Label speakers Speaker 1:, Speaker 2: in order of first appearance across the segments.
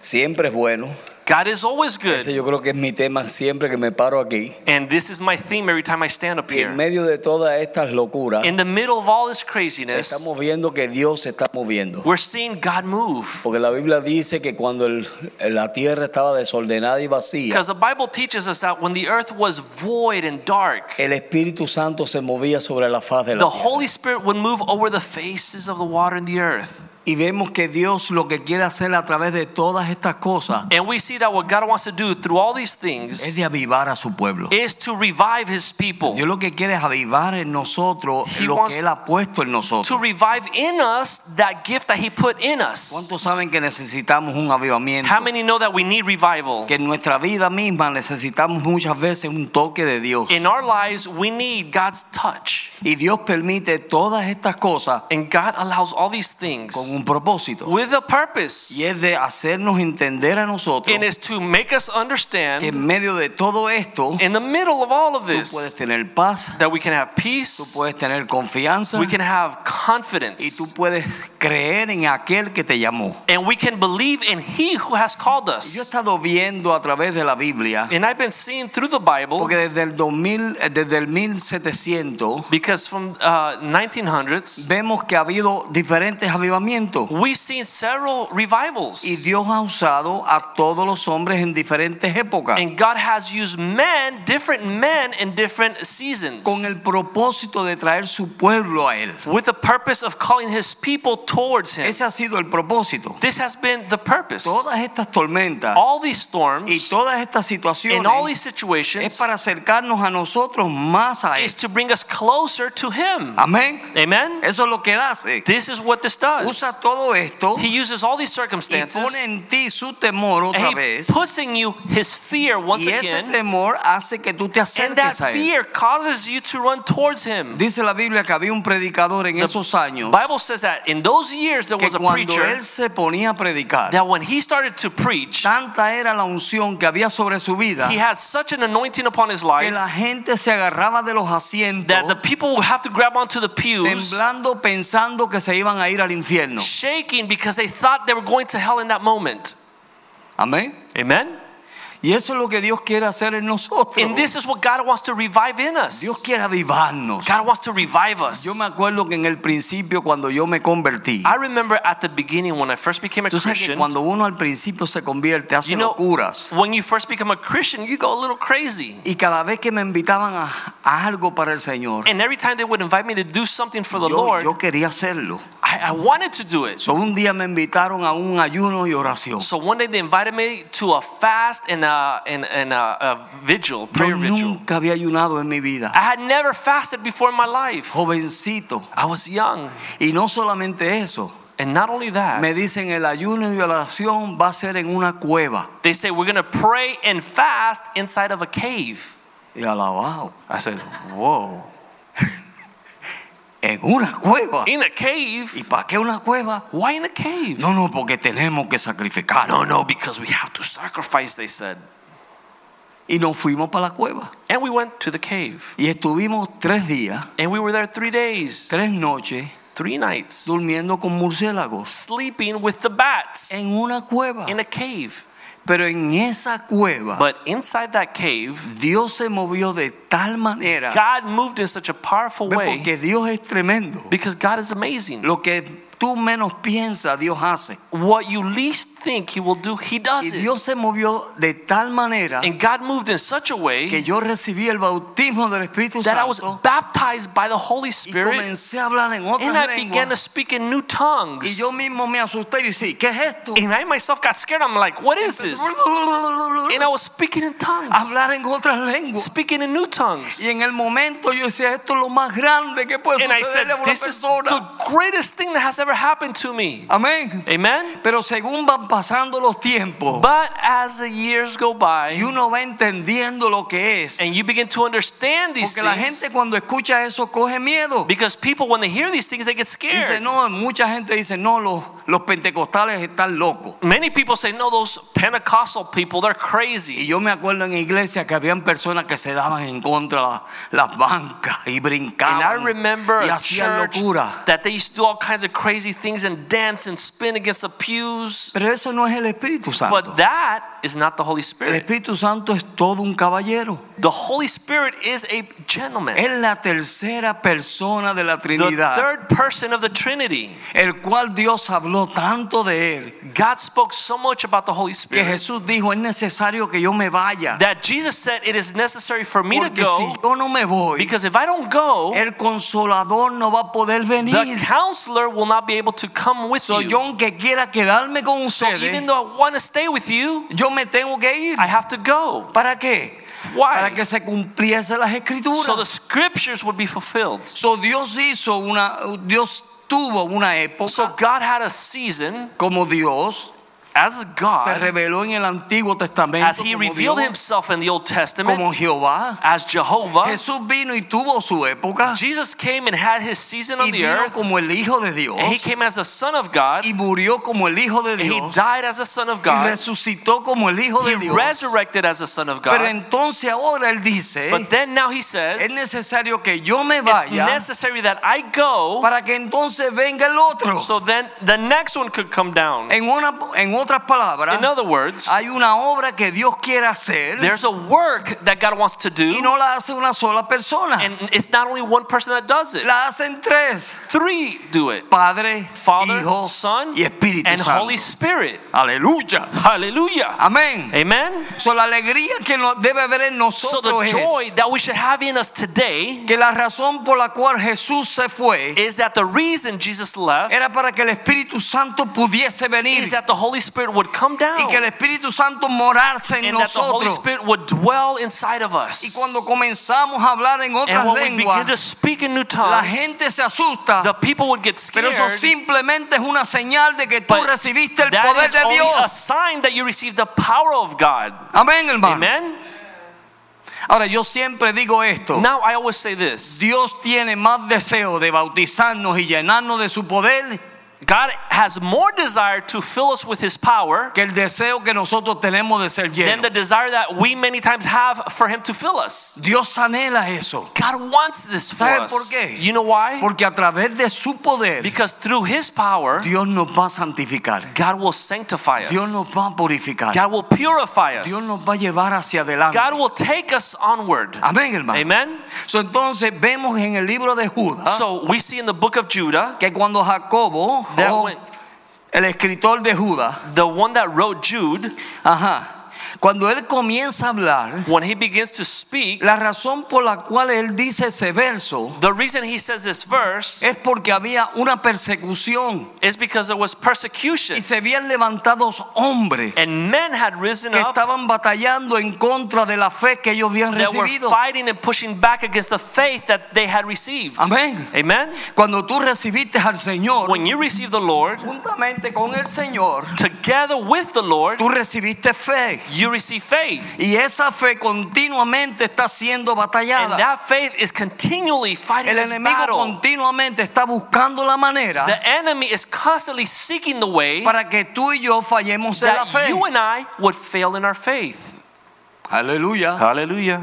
Speaker 1: siempre es bueno.
Speaker 2: God is always
Speaker 1: Ese
Speaker 2: good.
Speaker 1: yo creo que es mi tema siempre que me paro aquí.
Speaker 2: And this is my theme every time I stand up
Speaker 1: Y en
Speaker 2: here.
Speaker 1: medio de todas estas locuras,
Speaker 2: In the middle of all this craziness,
Speaker 1: estamos viendo que Dios se está moviendo.
Speaker 2: we're seeing God move.
Speaker 1: Porque la Biblia dice que cuando el- la tierra estaba desordenada y vacía,
Speaker 2: Because the Bible teaches us that when the earth was void and dark,
Speaker 1: el Espíritu Santo se movía sobre la faz de la
Speaker 2: the
Speaker 1: tierra.
Speaker 2: Holy Spirit would move over the faces of the water and the earth.
Speaker 1: Y vemos que Dios lo que quiere hacer a través de todas estas cosas
Speaker 2: And we see that what God wants to do through all these
Speaker 1: es
Speaker 2: things
Speaker 1: de avivar a su pueblo.
Speaker 2: is to revive his people,
Speaker 1: Dios lo que quiere es avivar en nosotros
Speaker 2: He
Speaker 1: lo
Speaker 2: wants-
Speaker 1: que Él ha puesto en
Speaker 2: to
Speaker 1: nosotros.
Speaker 2: revive in us that gift that he put in us.
Speaker 1: ¿Cuántos saben que necesitamos un avivamiento?
Speaker 2: How many know that we need revival?
Speaker 1: que en nuestra vida misma necesitamos muchas veces un toque de Dios.
Speaker 2: In our lives, we need God's touch.
Speaker 1: Y Dios permite todas estas cosas
Speaker 2: And God allows all these
Speaker 1: con
Speaker 2: things
Speaker 1: un propósito.
Speaker 2: with a purpose.
Speaker 1: Y es de hacernos entender a nosotros
Speaker 2: And it's to make us
Speaker 1: que
Speaker 2: understand
Speaker 1: en medio de todo esto
Speaker 2: in the middle of all
Speaker 1: tú
Speaker 2: of
Speaker 1: puedes
Speaker 2: this
Speaker 1: tener paz,
Speaker 2: that we can have
Speaker 1: tú
Speaker 2: peace,
Speaker 1: puedes tener confianza
Speaker 2: we can have
Speaker 1: y tú
Speaker 2: confidence,
Speaker 1: puedes creer en aquel que te llamó.
Speaker 2: and we can believe in He who has called
Speaker 1: Y Yo he
Speaker 2: us.
Speaker 1: estado viendo a través de la Biblia,
Speaker 2: And I've been seeing through the Bible
Speaker 1: porque desde el 2000, eh, desde el 1700
Speaker 2: because from uh, 1900s,
Speaker 1: vemos que ha habido diferentes avivamientos.
Speaker 2: we've seen several
Speaker 1: Y
Speaker 2: revivals.
Speaker 1: Dios ha usado a todos los hombres en diferentes épocas
Speaker 2: And God has used men, different men in different seasons,
Speaker 1: con el propósito de traer su pueblo a Él.
Speaker 2: with the purpose of calling His people towards Him.
Speaker 1: Ese ha sido el propósito.
Speaker 2: This has been the purpose.
Speaker 1: Todas estas tormentas
Speaker 2: all these
Speaker 1: y
Speaker 2: storms
Speaker 1: todas estas
Speaker 2: and
Speaker 1: situaciones
Speaker 2: all these
Speaker 1: es
Speaker 2: situations
Speaker 1: para acercarnos a nosotros más a Él.
Speaker 2: is to bring us closer to Him.
Speaker 1: Amén.
Speaker 2: Amen?
Speaker 1: Eso es lo que Él hace.
Speaker 2: This is what this does.
Speaker 1: Usa todo esto
Speaker 2: He uses all these
Speaker 1: y pone
Speaker 2: circumstances
Speaker 1: en ti su temor
Speaker 2: and
Speaker 1: otra
Speaker 2: He
Speaker 1: vez.
Speaker 2: puts in you His fear once
Speaker 1: Y ese
Speaker 2: again.
Speaker 1: temor hace que tú te
Speaker 2: And that
Speaker 1: acerques a Él.
Speaker 2: fear causes you to run towards Him.
Speaker 1: Dice la Biblia que había un predicador en
Speaker 2: The
Speaker 1: esos años
Speaker 2: Bible says that in those years there
Speaker 1: que
Speaker 2: was a
Speaker 1: cuando
Speaker 2: preacher
Speaker 1: Él se ponía a predicar,
Speaker 2: that when he started to preach,
Speaker 1: Tanta era la unción que había sobre su vida
Speaker 2: he had such an anointing upon his
Speaker 1: que
Speaker 2: life
Speaker 1: la gente se agarraba de los
Speaker 2: that the
Speaker 1: asientos,
Speaker 2: people would have to grab onto the pews,
Speaker 1: temblando pensando que se iban a ir al infierno.
Speaker 2: shaking because they thought they were going to hell in that moment.
Speaker 1: Amén.
Speaker 2: Amen?
Speaker 1: Y eso es lo que Dios quiere hacer en nosotros.
Speaker 2: And this is what God wants to revive in
Speaker 1: Dios
Speaker 2: us.
Speaker 1: quiere avivarnos.
Speaker 2: God wants to revive us.
Speaker 1: Yo me acuerdo que en el principio cuando yo me convertí,
Speaker 2: I remember at the beginning when I first became a
Speaker 1: tú sabes que
Speaker 2: Christian,
Speaker 1: cuando uno al principio se convierte hace
Speaker 2: You know-
Speaker 1: locuras.
Speaker 2: when you first become a Christian, you go a little crazy.
Speaker 1: Y cada vez que me invitaban a, a algo para el Señor,
Speaker 2: And every time they would invite me to do something for the
Speaker 1: yo,
Speaker 2: Lord,
Speaker 1: yo quería hacerlo.
Speaker 2: I, I wanted to do it.
Speaker 1: So, un día me invitaron a un ayuno y oración.
Speaker 2: So one day they invited me to a fast and a, and, and a, a vigil, prayer
Speaker 1: Yo
Speaker 2: vigil.
Speaker 1: nunca había ayunado en mi vida.
Speaker 2: I had never fasted before in my life.
Speaker 1: Oh. Jovencito.
Speaker 2: I was young.
Speaker 1: Y no solamente eso.
Speaker 2: And not only
Speaker 1: Me
Speaker 2: that,
Speaker 1: dicen el ayuno y oración va a ser en una cueva.
Speaker 2: they say we're going to pray and fast inside of a cave.
Speaker 1: Y alabado.
Speaker 2: I said, whoa.
Speaker 1: En una cueva.
Speaker 2: In a cave?
Speaker 1: ¿Y para qué una cueva?
Speaker 2: Why in a cave?
Speaker 1: No, no, porque tenemos que sacrificar.
Speaker 2: no, no, because we have to sacrifice, they said.
Speaker 1: Y nos fuimos para la cueva.
Speaker 2: And we went to the cave.
Speaker 1: Y estuvimos tres días,
Speaker 2: And we were there three days,
Speaker 1: tres noches,
Speaker 2: three nights,
Speaker 1: durmiendo con murciélagos.
Speaker 2: sleeping with the bats
Speaker 1: En una cueva.
Speaker 2: in a cave.
Speaker 1: Pero en esa cueva,
Speaker 2: But inside that cave,
Speaker 1: Dios se movió de tal manera.
Speaker 2: God moved in such a powerful
Speaker 1: Ve,
Speaker 2: way
Speaker 1: Porque Dios es tremendo.
Speaker 2: because God is amazing.
Speaker 1: Lo que tú menos piensas, Dios hace.
Speaker 2: What you least think He will do, He
Speaker 1: Y
Speaker 2: does it.
Speaker 1: Dios se movió de tal manera
Speaker 2: And God moved in such a way
Speaker 1: que yo recibí el bautismo del Espíritu
Speaker 2: that I was
Speaker 1: Santo
Speaker 2: baptized by the Holy
Speaker 1: y
Speaker 2: Spirit
Speaker 1: comencé a hablar en
Speaker 2: and
Speaker 1: otras
Speaker 2: I began to
Speaker 1: lenguas.
Speaker 2: speak in new
Speaker 1: Y
Speaker 2: tongues.
Speaker 1: yo mismo me asusté y dije, ¿qué es esto?
Speaker 2: And I myself got scared. I'm like, what is this? And I was speaking in tongues,
Speaker 1: Hablar en otras lenguas.
Speaker 2: speaking in new tongues.
Speaker 1: Y en el momento yo decía, esto es lo más grande que puede
Speaker 2: And I
Speaker 1: suceder
Speaker 2: said,
Speaker 1: a una
Speaker 2: this is
Speaker 1: persona.
Speaker 2: the greatest thing that has ever never happened to me.
Speaker 1: Amén.
Speaker 2: Amen?
Speaker 1: Pero según van pasando los tiempos
Speaker 2: But as the years go
Speaker 1: y
Speaker 2: by
Speaker 1: uno va entendiendo lo que es,
Speaker 2: and you begin to understand these
Speaker 1: porque la gente
Speaker 2: things,
Speaker 1: cuando escucha eso coge miedo.
Speaker 2: because people, when they hear these things, they get
Speaker 1: Dice,
Speaker 2: scared.
Speaker 1: no, mucha gente dice, no, los, los pentecostales están locos.
Speaker 2: Many people say, no, those Pentecostal people, they're
Speaker 1: Y
Speaker 2: crazy.
Speaker 1: yo me acuerdo en iglesia que habían personas que se daban en contra la- las bancas y
Speaker 2: And I
Speaker 1: brincaban
Speaker 2: remember
Speaker 1: y
Speaker 2: a
Speaker 1: hacían
Speaker 2: church
Speaker 1: locura.
Speaker 2: that they used to do all kinds of crazy things and dance and spin against the pews.
Speaker 1: Pero eso no es el Espíritu Santo.
Speaker 2: But that is not the Holy
Speaker 1: El
Speaker 2: Spirit.
Speaker 1: Espíritu Santo es todo un caballero.
Speaker 2: The Holy Spirit is a gentleman.
Speaker 1: Es la tercera persona de la
Speaker 2: the
Speaker 1: Trinidad,
Speaker 2: third person of the Trinity.
Speaker 1: el cual Dios habló tanto de él
Speaker 2: God spoke so much about the Holy
Speaker 1: que
Speaker 2: Spirit
Speaker 1: Jesús dijo, es necesario que yo me vaya.
Speaker 2: that Jesus said it is necessary for me to
Speaker 1: Porque
Speaker 2: go
Speaker 1: si yo no me voy,
Speaker 2: because if I don't go,
Speaker 1: el consolador no va a poder
Speaker 2: the
Speaker 1: venir.
Speaker 2: counselor will not be able to come with
Speaker 1: So, yo
Speaker 2: you.
Speaker 1: aunque quiera quedarme con
Speaker 2: So even
Speaker 1: ustedes,
Speaker 2: though I want to stay with you,
Speaker 1: yo me tengo que ir.
Speaker 2: I have to go.
Speaker 1: ¿Para qué? Para
Speaker 2: Why?
Speaker 1: que se cumpliese las escrituras.
Speaker 2: So the scriptures would be fulfilled.
Speaker 1: So, Dios hizo una, Dios tuvo una época
Speaker 2: So God had a season
Speaker 1: como Dios
Speaker 2: as
Speaker 1: se
Speaker 2: God,
Speaker 1: reveló en el Antiguo Testamento
Speaker 2: as He
Speaker 1: como,
Speaker 2: revealed
Speaker 1: Dios,
Speaker 2: Himself in the Old Testament,
Speaker 1: como Jehová.
Speaker 2: as Jehovah.
Speaker 1: Jesús vino y tuvo su época
Speaker 2: Jesus came and had His season
Speaker 1: y
Speaker 2: on the
Speaker 1: vino
Speaker 2: earth,
Speaker 1: como el Hijo de Dios
Speaker 2: and He came as the Son of God,
Speaker 1: y murió como el Hijo de
Speaker 2: and He
Speaker 1: Dios
Speaker 2: died as the Son of
Speaker 1: y
Speaker 2: God.
Speaker 1: resucitó como el Hijo de
Speaker 2: He
Speaker 1: Dios.
Speaker 2: resurrected as the Son of
Speaker 1: Pero
Speaker 2: God.
Speaker 1: entonces ahora él dice,
Speaker 2: But then now he
Speaker 1: es
Speaker 2: says,
Speaker 1: necesario que yo me
Speaker 2: it's
Speaker 1: vaya
Speaker 2: necessary that I go
Speaker 1: para que entonces venga el otro.
Speaker 2: so then the next one could come down.
Speaker 1: En, una, en otras palabras,
Speaker 2: In other words,
Speaker 1: hay una obra que Dios quiere hacer
Speaker 2: there's a work that God wants to
Speaker 1: y
Speaker 2: do,
Speaker 1: no la hace una sola persona,
Speaker 2: and it's not only one person that does it,
Speaker 1: la hacen tres.
Speaker 2: three do it
Speaker 1: Padre,
Speaker 2: Father,
Speaker 1: Hijo
Speaker 2: Son,
Speaker 1: y Espíritu
Speaker 2: and
Speaker 1: Santo.
Speaker 2: Holy Spirit.
Speaker 1: Aleluya.
Speaker 2: Hallelujah.
Speaker 1: Amén.
Speaker 2: Amen.
Speaker 1: So, la alegría que no- debe haber en
Speaker 2: So the
Speaker 1: nosotros
Speaker 2: joy
Speaker 1: es
Speaker 2: that we should have in us today
Speaker 1: que la razón por la cual Jesús se fue
Speaker 2: is that the reason Jesus left
Speaker 1: era para que el Espíritu Santo pudiese venir
Speaker 2: is that the Holy Spirit would come down
Speaker 1: y que el Espíritu Santo morarse en
Speaker 2: and that the Holy
Speaker 1: nosotros.
Speaker 2: Spirit would dwell inside of
Speaker 1: Y
Speaker 2: us.
Speaker 1: cuando comenzamos a hablar en otras
Speaker 2: And when we begin to
Speaker 1: lenguas,
Speaker 2: speak in new
Speaker 1: la
Speaker 2: tongues,
Speaker 1: gente se asusta.
Speaker 2: the people would get scared.
Speaker 1: Pero eso simplemente es una señal de que tú
Speaker 2: But
Speaker 1: recibiste el
Speaker 2: that
Speaker 1: poder
Speaker 2: is
Speaker 1: de
Speaker 2: only a
Speaker 1: Dios.
Speaker 2: sign that you receive the power of God.
Speaker 1: Amén, hermano.
Speaker 2: Amen.
Speaker 1: Ahora yo siempre digo esto.
Speaker 2: Now I always say this:
Speaker 1: Dios tiene más deseo de bautizarnos y llenarnos de su poder
Speaker 2: God has more desire to fill us with His power
Speaker 1: que el deseo que nosotros tenemos de ser
Speaker 2: than
Speaker 1: llenos.
Speaker 2: the desire that we many times have for Him to fill us.
Speaker 1: Dios anhela eso,
Speaker 2: God wants this for
Speaker 1: ¿Sabe
Speaker 2: us.
Speaker 1: por qué?
Speaker 2: You know why?
Speaker 1: porque a través de su poder
Speaker 2: Because through His power,
Speaker 1: Dios nos va a santificar,
Speaker 2: God will sanctify us.
Speaker 1: Dios nos va a purificar,
Speaker 2: God will purify us.
Speaker 1: Dios Ah, nos va a llevar hacia adelante.
Speaker 2: God will take us onward.
Speaker 1: Amén, hermano.
Speaker 2: Amen.
Speaker 1: So, entonces vemos en el libro de Judas
Speaker 2: So we see in the book of Judah
Speaker 1: que cuando Jacobo,
Speaker 2: that
Speaker 1: o
Speaker 2: when
Speaker 1: el escritor de Judas,
Speaker 2: the one that wrote Jude,
Speaker 1: ajá, cuando él comienza a hablar,
Speaker 2: when he begins to speak,
Speaker 1: la razón por la cual él dice ese verso
Speaker 2: the reason he says this verse
Speaker 1: es porque había una persecución
Speaker 2: is because there was persecution
Speaker 1: y se habían levantado hombres
Speaker 2: and men had risen
Speaker 1: que
Speaker 2: up
Speaker 1: estaban batallando en contra de la fe que ellos habían
Speaker 2: that were
Speaker 1: recibido.
Speaker 2: fighting and pushing back against the faith that they had received.
Speaker 1: Amén.
Speaker 2: Amen.
Speaker 1: Cuando tú recibiste al Señor,
Speaker 2: When you receive the Lord,
Speaker 1: juntamente con el Señor,
Speaker 2: together with the Lord,
Speaker 1: tú recibiste fe.
Speaker 2: you receive faith.
Speaker 1: Y esa fe continuamente está siendo
Speaker 2: And
Speaker 1: batallada.
Speaker 2: that faith is continually fighting
Speaker 1: El
Speaker 2: this
Speaker 1: enemigo
Speaker 2: battle.
Speaker 1: continuamente está buscando la manera
Speaker 2: The enemy is constantly seeking the way
Speaker 1: para que tú y yo fallemos en la
Speaker 2: that
Speaker 1: fe.
Speaker 2: you and I would fail in our faith.
Speaker 1: Aleluya.
Speaker 2: Hallelujah.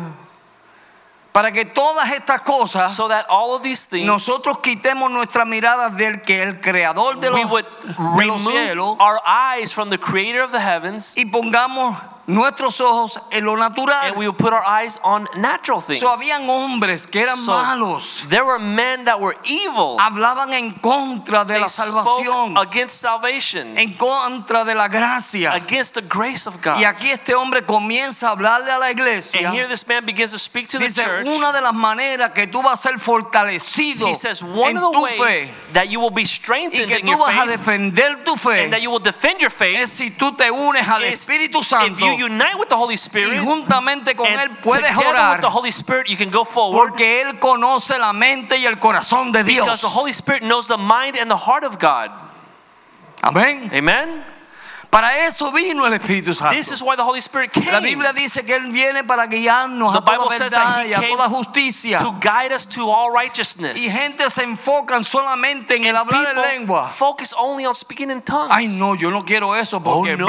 Speaker 1: Para que todas estas cosas
Speaker 2: So that all of these things
Speaker 1: nosotros quitemos nuestra mirada del que el creador de los,
Speaker 2: we would
Speaker 1: de los
Speaker 2: remove
Speaker 1: cielos
Speaker 2: our eyes from the creator of the heavens
Speaker 1: y pongamos nuestros ojos en lo natural.
Speaker 2: and we would put our eyes on natural things.
Speaker 1: So, habían hombres que eran
Speaker 2: So,
Speaker 1: malos,
Speaker 2: There were men that were evil.
Speaker 1: hablaban en contra Ah, de
Speaker 2: They
Speaker 1: la salvación,
Speaker 2: spoke against salvation,
Speaker 1: en contra de la gracia.
Speaker 2: against the grace of
Speaker 1: Y
Speaker 2: God.
Speaker 1: aquí este hombre comienza a hablarle a la iglesia.
Speaker 2: And here this man begins to speak to the
Speaker 1: Dice,
Speaker 2: church.
Speaker 1: una de las maneras que tú vas a ser fortalecido
Speaker 2: He says one
Speaker 1: en
Speaker 2: of the
Speaker 1: tu
Speaker 2: ways
Speaker 1: fe
Speaker 2: that you will be
Speaker 1: y
Speaker 2: strengthened
Speaker 1: que
Speaker 2: in
Speaker 1: tú
Speaker 2: your
Speaker 1: vas a
Speaker 2: faith
Speaker 1: defender tu fe
Speaker 2: and that you will defend your faith
Speaker 1: es si tú te unes al
Speaker 2: is
Speaker 1: Espíritu Santo
Speaker 2: if you you unite with the Holy
Speaker 1: y
Speaker 2: Spirit,
Speaker 1: juntamente con
Speaker 2: and
Speaker 1: Él puedes
Speaker 2: together with
Speaker 1: orar
Speaker 2: the Holy Spirit, you can go forward
Speaker 1: porque Él conoce la mente y el corazón de
Speaker 2: because
Speaker 1: Dios.
Speaker 2: the Holy Spirit knows the mind and the heart of God.
Speaker 1: Amén.
Speaker 2: Amen.
Speaker 1: Para eso vino el Espíritu Santo.
Speaker 2: This is why the Holy Spirit came
Speaker 1: La Biblia dice que Él viene para guiarnos a
Speaker 2: The
Speaker 1: toda
Speaker 2: Bible says
Speaker 1: verdad
Speaker 2: that he
Speaker 1: y a
Speaker 2: came
Speaker 1: toda justicia.
Speaker 2: to guide us to all
Speaker 1: Y
Speaker 2: righteousness.
Speaker 1: gente se enfocan solamente en el hablar en lengua.
Speaker 2: focus only on speaking in tongues.
Speaker 1: Ay, no, yo no quiero eso
Speaker 2: Oh
Speaker 1: porque
Speaker 2: no,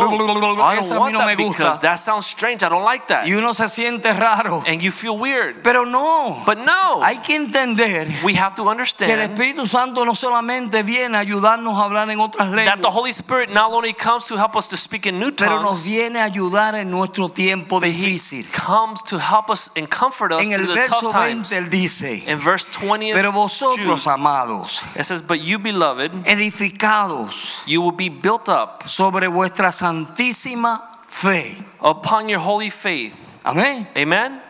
Speaker 2: I
Speaker 1: eso a mí
Speaker 2: don't want
Speaker 1: no me
Speaker 2: that because
Speaker 1: gusta.
Speaker 2: that sounds strange. I don't like that.
Speaker 1: Y uno se siente raro.
Speaker 2: and you feel weird.
Speaker 1: Pero no,
Speaker 2: But no,
Speaker 1: hay que entender
Speaker 2: we have
Speaker 1: que
Speaker 2: to
Speaker 1: el
Speaker 2: understand
Speaker 1: Espíritu Santo no solamente viene a ayudarnos a hablar en otras
Speaker 2: that the
Speaker 1: lenguas,
Speaker 2: Holy Spirit not only comes to help us to speak in new
Speaker 1: pero nos
Speaker 2: tongues,
Speaker 1: viene a ayudar en nuestro tiempo difícil.
Speaker 2: comes to help us and comfort us
Speaker 1: En
Speaker 2: through
Speaker 1: el
Speaker 2: the
Speaker 1: verso
Speaker 2: tough
Speaker 1: 20
Speaker 2: times.
Speaker 1: él dice,
Speaker 2: In verse 20,
Speaker 1: pero vosotros,
Speaker 2: Jude,
Speaker 1: amados,
Speaker 2: it says, But you, beloved,
Speaker 1: edificados
Speaker 2: you will be built up
Speaker 1: sobre vuestra santísima fe.
Speaker 2: upon your holy faith.
Speaker 1: Amén.
Speaker 2: Amen?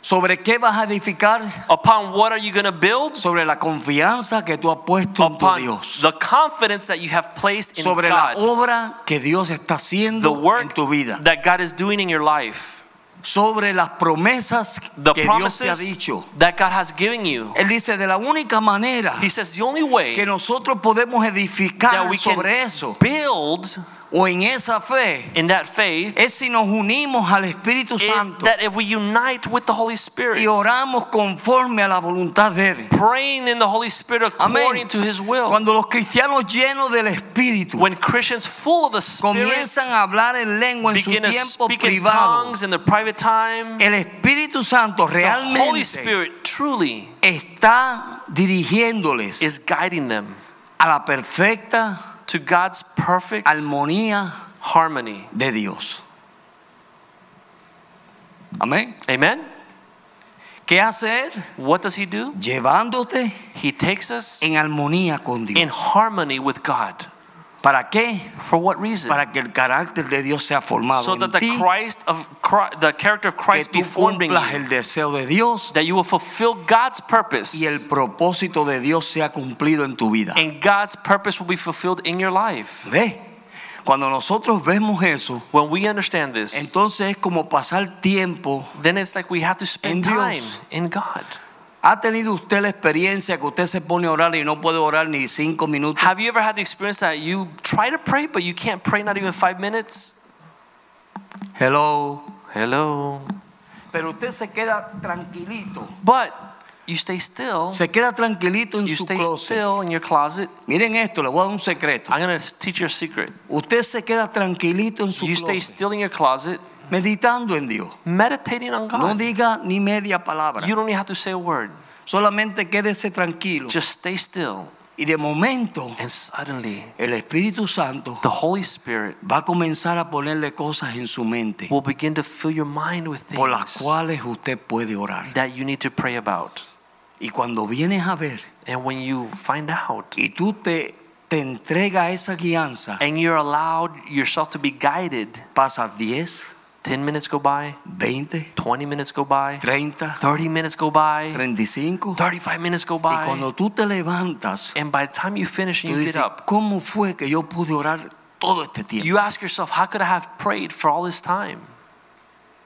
Speaker 1: ¿Sobre qué vas a edificar?
Speaker 2: Upon what are you going to build?
Speaker 1: Sobre la confianza que tú has puesto en tu
Speaker 2: upon
Speaker 1: Dios.
Speaker 2: the confidence that you have placed in
Speaker 1: Sobre la
Speaker 2: God,
Speaker 1: obra que Dios está
Speaker 2: the
Speaker 1: haciendo en
Speaker 2: work
Speaker 1: tu vida.
Speaker 2: that God is doing in your life,
Speaker 1: Sobre las promesas
Speaker 2: the
Speaker 1: que Dios te ha
Speaker 2: promises
Speaker 1: dicho.
Speaker 2: that God has given you.
Speaker 1: Él dice, de la única manera
Speaker 2: He says the only way
Speaker 1: que nosotros podemos
Speaker 2: that
Speaker 1: edificar
Speaker 2: we can
Speaker 1: sobre eso
Speaker 2: build
Speaker 1: o en esa fe
Speaker 2: in that faith
Speaker 1: es si nos unimos al Espíritu
Speaker 2: is
Speaker 1: Santo
Speaker 2: that if we unite with the Holy Spirit,
Speaker 1: y oramos conforme a la voluntad de Él.
Speaker 2: praying in the Holy Spirit according
Speaker 1: Amén.
Speaker 2: to His will.
Speaker 1: Cuando los cristianos llenos del Espíritu
Speaker 2: when Christians full of the Spirit
Speaker 1: comienzan a hablar en lengua en su
Speaker 2: begin to
Speaker 1: tiempo
Speaker 2: speak in
Speaker 1: privado,
Speaker 2: tongues in their private time,
Speaker 1: el Espíritu Santo
Speaker 2: the Holy
Speaker 1: realmente
Speaker 2: Spirit truly
Speaker 1: está dirigiéndoles
Speaker 2: is guiding them
Speaker 1: a la perfecta
Speaker 2: to God's perfect
Speaker 1: armonía
Speaker 2: harmony.
Speaker 1: de Dios. Amén.
Speaker 2: Amen.
Speaker 1: ¿Qué hace Él?
Speaker 2: What does he do?
Speaker 1: Llevándote
Speaker 2: He takes us
Speaker 1: en armonía con
Speaker 2: in
Speaker 1: Dios.
Speaker 2: harmony with God.
Speaker 1: ¿Para qué?
Speaker 2: For what reason?
Speaker 1: Para que el carácter de Dios sea formado
Speaker 2: So
Speaker 1: en
Speaker 2: that the
Speaker 1: ti,
Speaker 2: Christ of Chri- the character of
Speaker 1: que
Speaker 2: Christ be
Speaker 1: tú
Speaker 2: formed in
Speaker 1: cumplas
Speaker 2: you,
Speaker 1: el deseo de Dios
Speaker 2: that you will fulfill God's purpose,
Speaker 1: y el propósito de Dios sea cumplido en tu vida.
Speaker 2: and God's purpose will be fulfilled in your life.
Speaker 1: ¿Ves? Cuando nosotros vemos eso,
Speaker 2: When we understand this,
Speaker 1: entonces es como pasar tiempo.
Speaker 2: then it's like we have to spend
Speaker 1: En Dios.
Speaker 2: time in God.
Speaker 1: ¿Ha tenido usted la experiencia que usted se pone a orar y no puede orar ni cinco minutos?
Speaker 2: Have you ever had the experience that you try to pray but you can't pray not even five minutes?
Speaker 1: Hello.
Speaker 2: Hello.
Speaker 1: Pero usted se queda tranquilito.
Speaker 2: But you stay still.
Speaker 1: Se queda tranquilito en
Speaker 2: You
Speaker 1: su
Speaker 2: stay
Speaker 1: closet.
Speaker 2: still in your closet.
Speaker 1: Miren esto, le voy a dar un secreto.
Speaker 2: I'm gonna teach you a secret.
Speaker 1: Usted se queda tranquilito en su
Speaker 2: You stay
Speaker 1: closet,
Speaker 2: still in your closet,
Speaker 1: meditando en Dios.
Speaker 2: meditating on
Speaker 1: No
Speaker 2: God.
Speaker 1: diga ni media palabra.
Speaker 2: You don't even have to say a word.
Speaker 1: Solamente quédese tranquilo.
Speaker 2: Just stay still,
Speaker 1: Y de momento,
Speaker 2: and suddenly
Speaker 1: el Espíritu Santo
Speaker 2: the Holy Spirit
Speaker 1: va a comenzar a ponerle cosas en su mente
Speaker 2: will begin to fill your mind with
Speaker 1: por las
Speaker 2: things
Speaker 1: cuales usted puede orar.
Speaker 2: that you need to pray about.
Speaker 1: Y cuando vienes a ver
Speaker 2: And when you find out,
Speaker 1: y tú te, te entregas a esa guianza,
Speaker 2: and you're allowed yourself to be guided,
Speaker 1: pasas 10,
Speaker 2: 10 minutes go by,
Speaker 1: 20,
Speaker 2: 20 minutes go by,
Speaker 1: 30,
Speaker 2: 30 minutes go by,
Speaker 1: 35.
Speaker 2: 35 minutes go
Speaker 1: Y
Speaker 2: by,
Speaker 1: cuando tú te levantas,
Speaker 2: and by the time you finish and
Speaker 1: tú
Speaker 2: you get
Speaker 1: dices,
Speaker 2: up,
Speaker 1: ¿cómo fue que yo pude orar todo este tiempo?
Speaker 2: you ask yourself, how could I have prayed for all this time?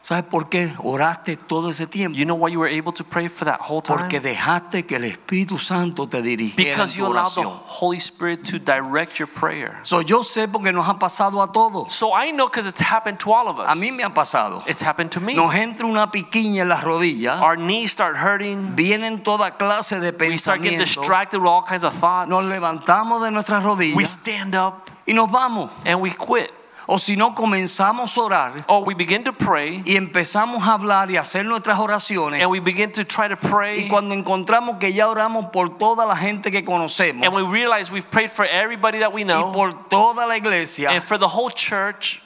Speaker 1: ¿Sabes por qué oraste todo ese tiempo?
Speaker 2: You know why you were able to pray for that whole time?
Speaker 1: Porque dejaste que el Espíritu Santo te dirigiera en
Speaker 2: Because
Speaker 1: tu
Speaker 2: you allow the
Speaker 1: oración.
Speaker 2: Holy Spirit to direct your prayer.
Speaker 1: So, yo sé porque nos ha pasado a todos.
Speaker 2: So I know because it's happened to all of us.
Speaker 1: A mí me ha pasado.
Speaker 2: It's happened to me.
Speaker 1: Nos entra una piquiña en las rodillas,
Speaker 2: Our knees start hurting.
Speaker 1: vienen toda clase de
Speaker 2: We start getting
Speaker 1: pensamientos,
Speaker 2: distracted with all kinds of thoughts.
Speaker 1: nos levantamos de nuestras
Speaker 2: We
Speaker 1: rodillas
Speaker 2: stand up
Speaker 1: y nos vamos.
Speaker 2: and we quit.
Speaker 1: O si no, comenzamos a orar
Speaker 2: Or we begin to pray
Speaker 1: y empezamos a hablar y a hacer nuestras oraciones.
Speaker 2: and we begin to try to
Speaker 1: Y
Speaker 2: pray.
Speaker 1: cuando encontramos que ya oramos por toda la gente que conocemos
Speaker 2: And we realize we've prayed for everybody that we
Speaker 1: y
Speaker 2: know
Speaker 1: por toda la iglesia
Speaker 2: and for the whole church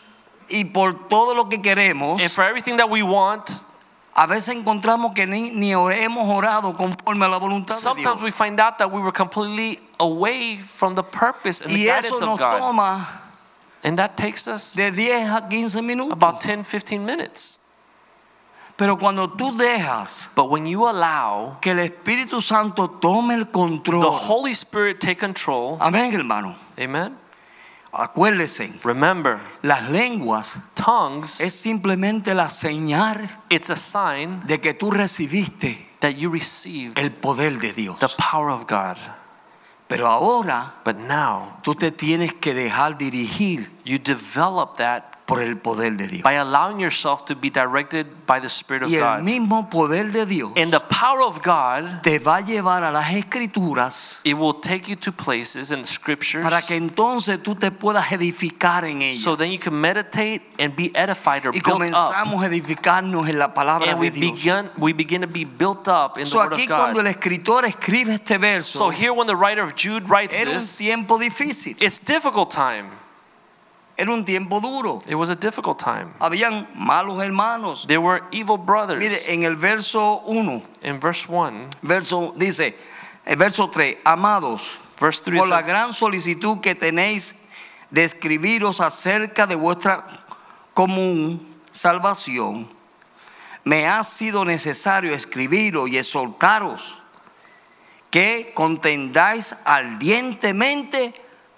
Speaker 1: y por todo lo que queremos,
Speaker 2: and for everything that we want.
Speaker 1: a veces encontramos que ni, ni hemos orado conforme a la voluntad de Dios.
Speaker 2: Sometimes we find out that we were completely away from the purpose and the
Speaker 1: Y
Speaker 2: guidance
Speaker 1: eso nos
Speaker 2: of God.
Speaker 1: toma
Speaker 2: And that takes us
Speaker 1: de 10 a 15 minutos.
Speaker 2: about 10, 15 minutes.
Speaker 1: Pero cuando tú dejas
Speaker 2: But when you allow
Speaker 1: que el Espíritu Santo tome el
Speaker 2: the
Speaker 1: control,
Speaker 2: Holy Spirit take control,
Speaker 1: amén, hermano.
Speaker 2: amen,
Speaker 1: Acuérdense,
Speaker 2: Remember,
Speaker 1: las lenguas es
Speaker 2: tongues,
Speaker 1: simplemente la señal
Speaker 2: it's a sign
Speaker 1: de que tú recibiste
Speaker 2: that you received
Speaker 1: el poder de Dios.
Speaker 2: the power of God.
Speaker 1: Pero ahora
Speaker 2: But now
Speaker 1: tú te tienes que dejar dirigir
Speaker 2: you develop that
Speaker 1: por el poder de Dios.
Speaker 2: by allowing yourself to be directed by the Spirit of
Speaker 1: Y el
Speaker 2: God.
Speaker 1: mismo poder de Dios
Speaker 2: And the power of God,
Speaker 1: te va a llevar a las escrituras
Speaker 2: it will take you to places in scriptures
Speaker 1: para que entonces tú te puedas edificar en ellas.
Speaker 2: so then you can meditate and be edified or
Speaker 1: Y
Speaker 2: built up.
Speaker 1: comenzamos a edificarnos en la palabra
Speaker 2: And we
Speaker 1: de Dios.
Speaker 2: begin, we begin to be built up in the
Speaker 1: So
Speaker 2: Word
Speaker 1: aquí
Speaker 2: of
Speaker 1: cuando el
Speaker 2: God.
Speaker 1: escritor escribe este verso,
Speaker 2: So here when the writer of Jude writes
Speaker 1: era un
Speaker 2: this,
Speaker 1: tiempo difícil,
Speaker 2: it's difficult time.
Speaker 1: era un tiempo duro.
Speaker 2: It was a difficult time.
Speaker 1: Habían malos hermanos.
Speaker 2: There were evil
Speaker 1: Mire,
Speaker 2: brothers.
Speaker 1: en el verso 1,
Speaker 2: In verse 1,
Speaker 1: verso dice, el verso 3, amados,
Speaker 2: verse 3
Speaker 1: por la
Speaker 2: says,
Speaker 1: gran solicitud que tenéis de escribiros acerca de vuestra común salvación, me ha sido necesario escribiros y exhortaros que contendáis ardientemente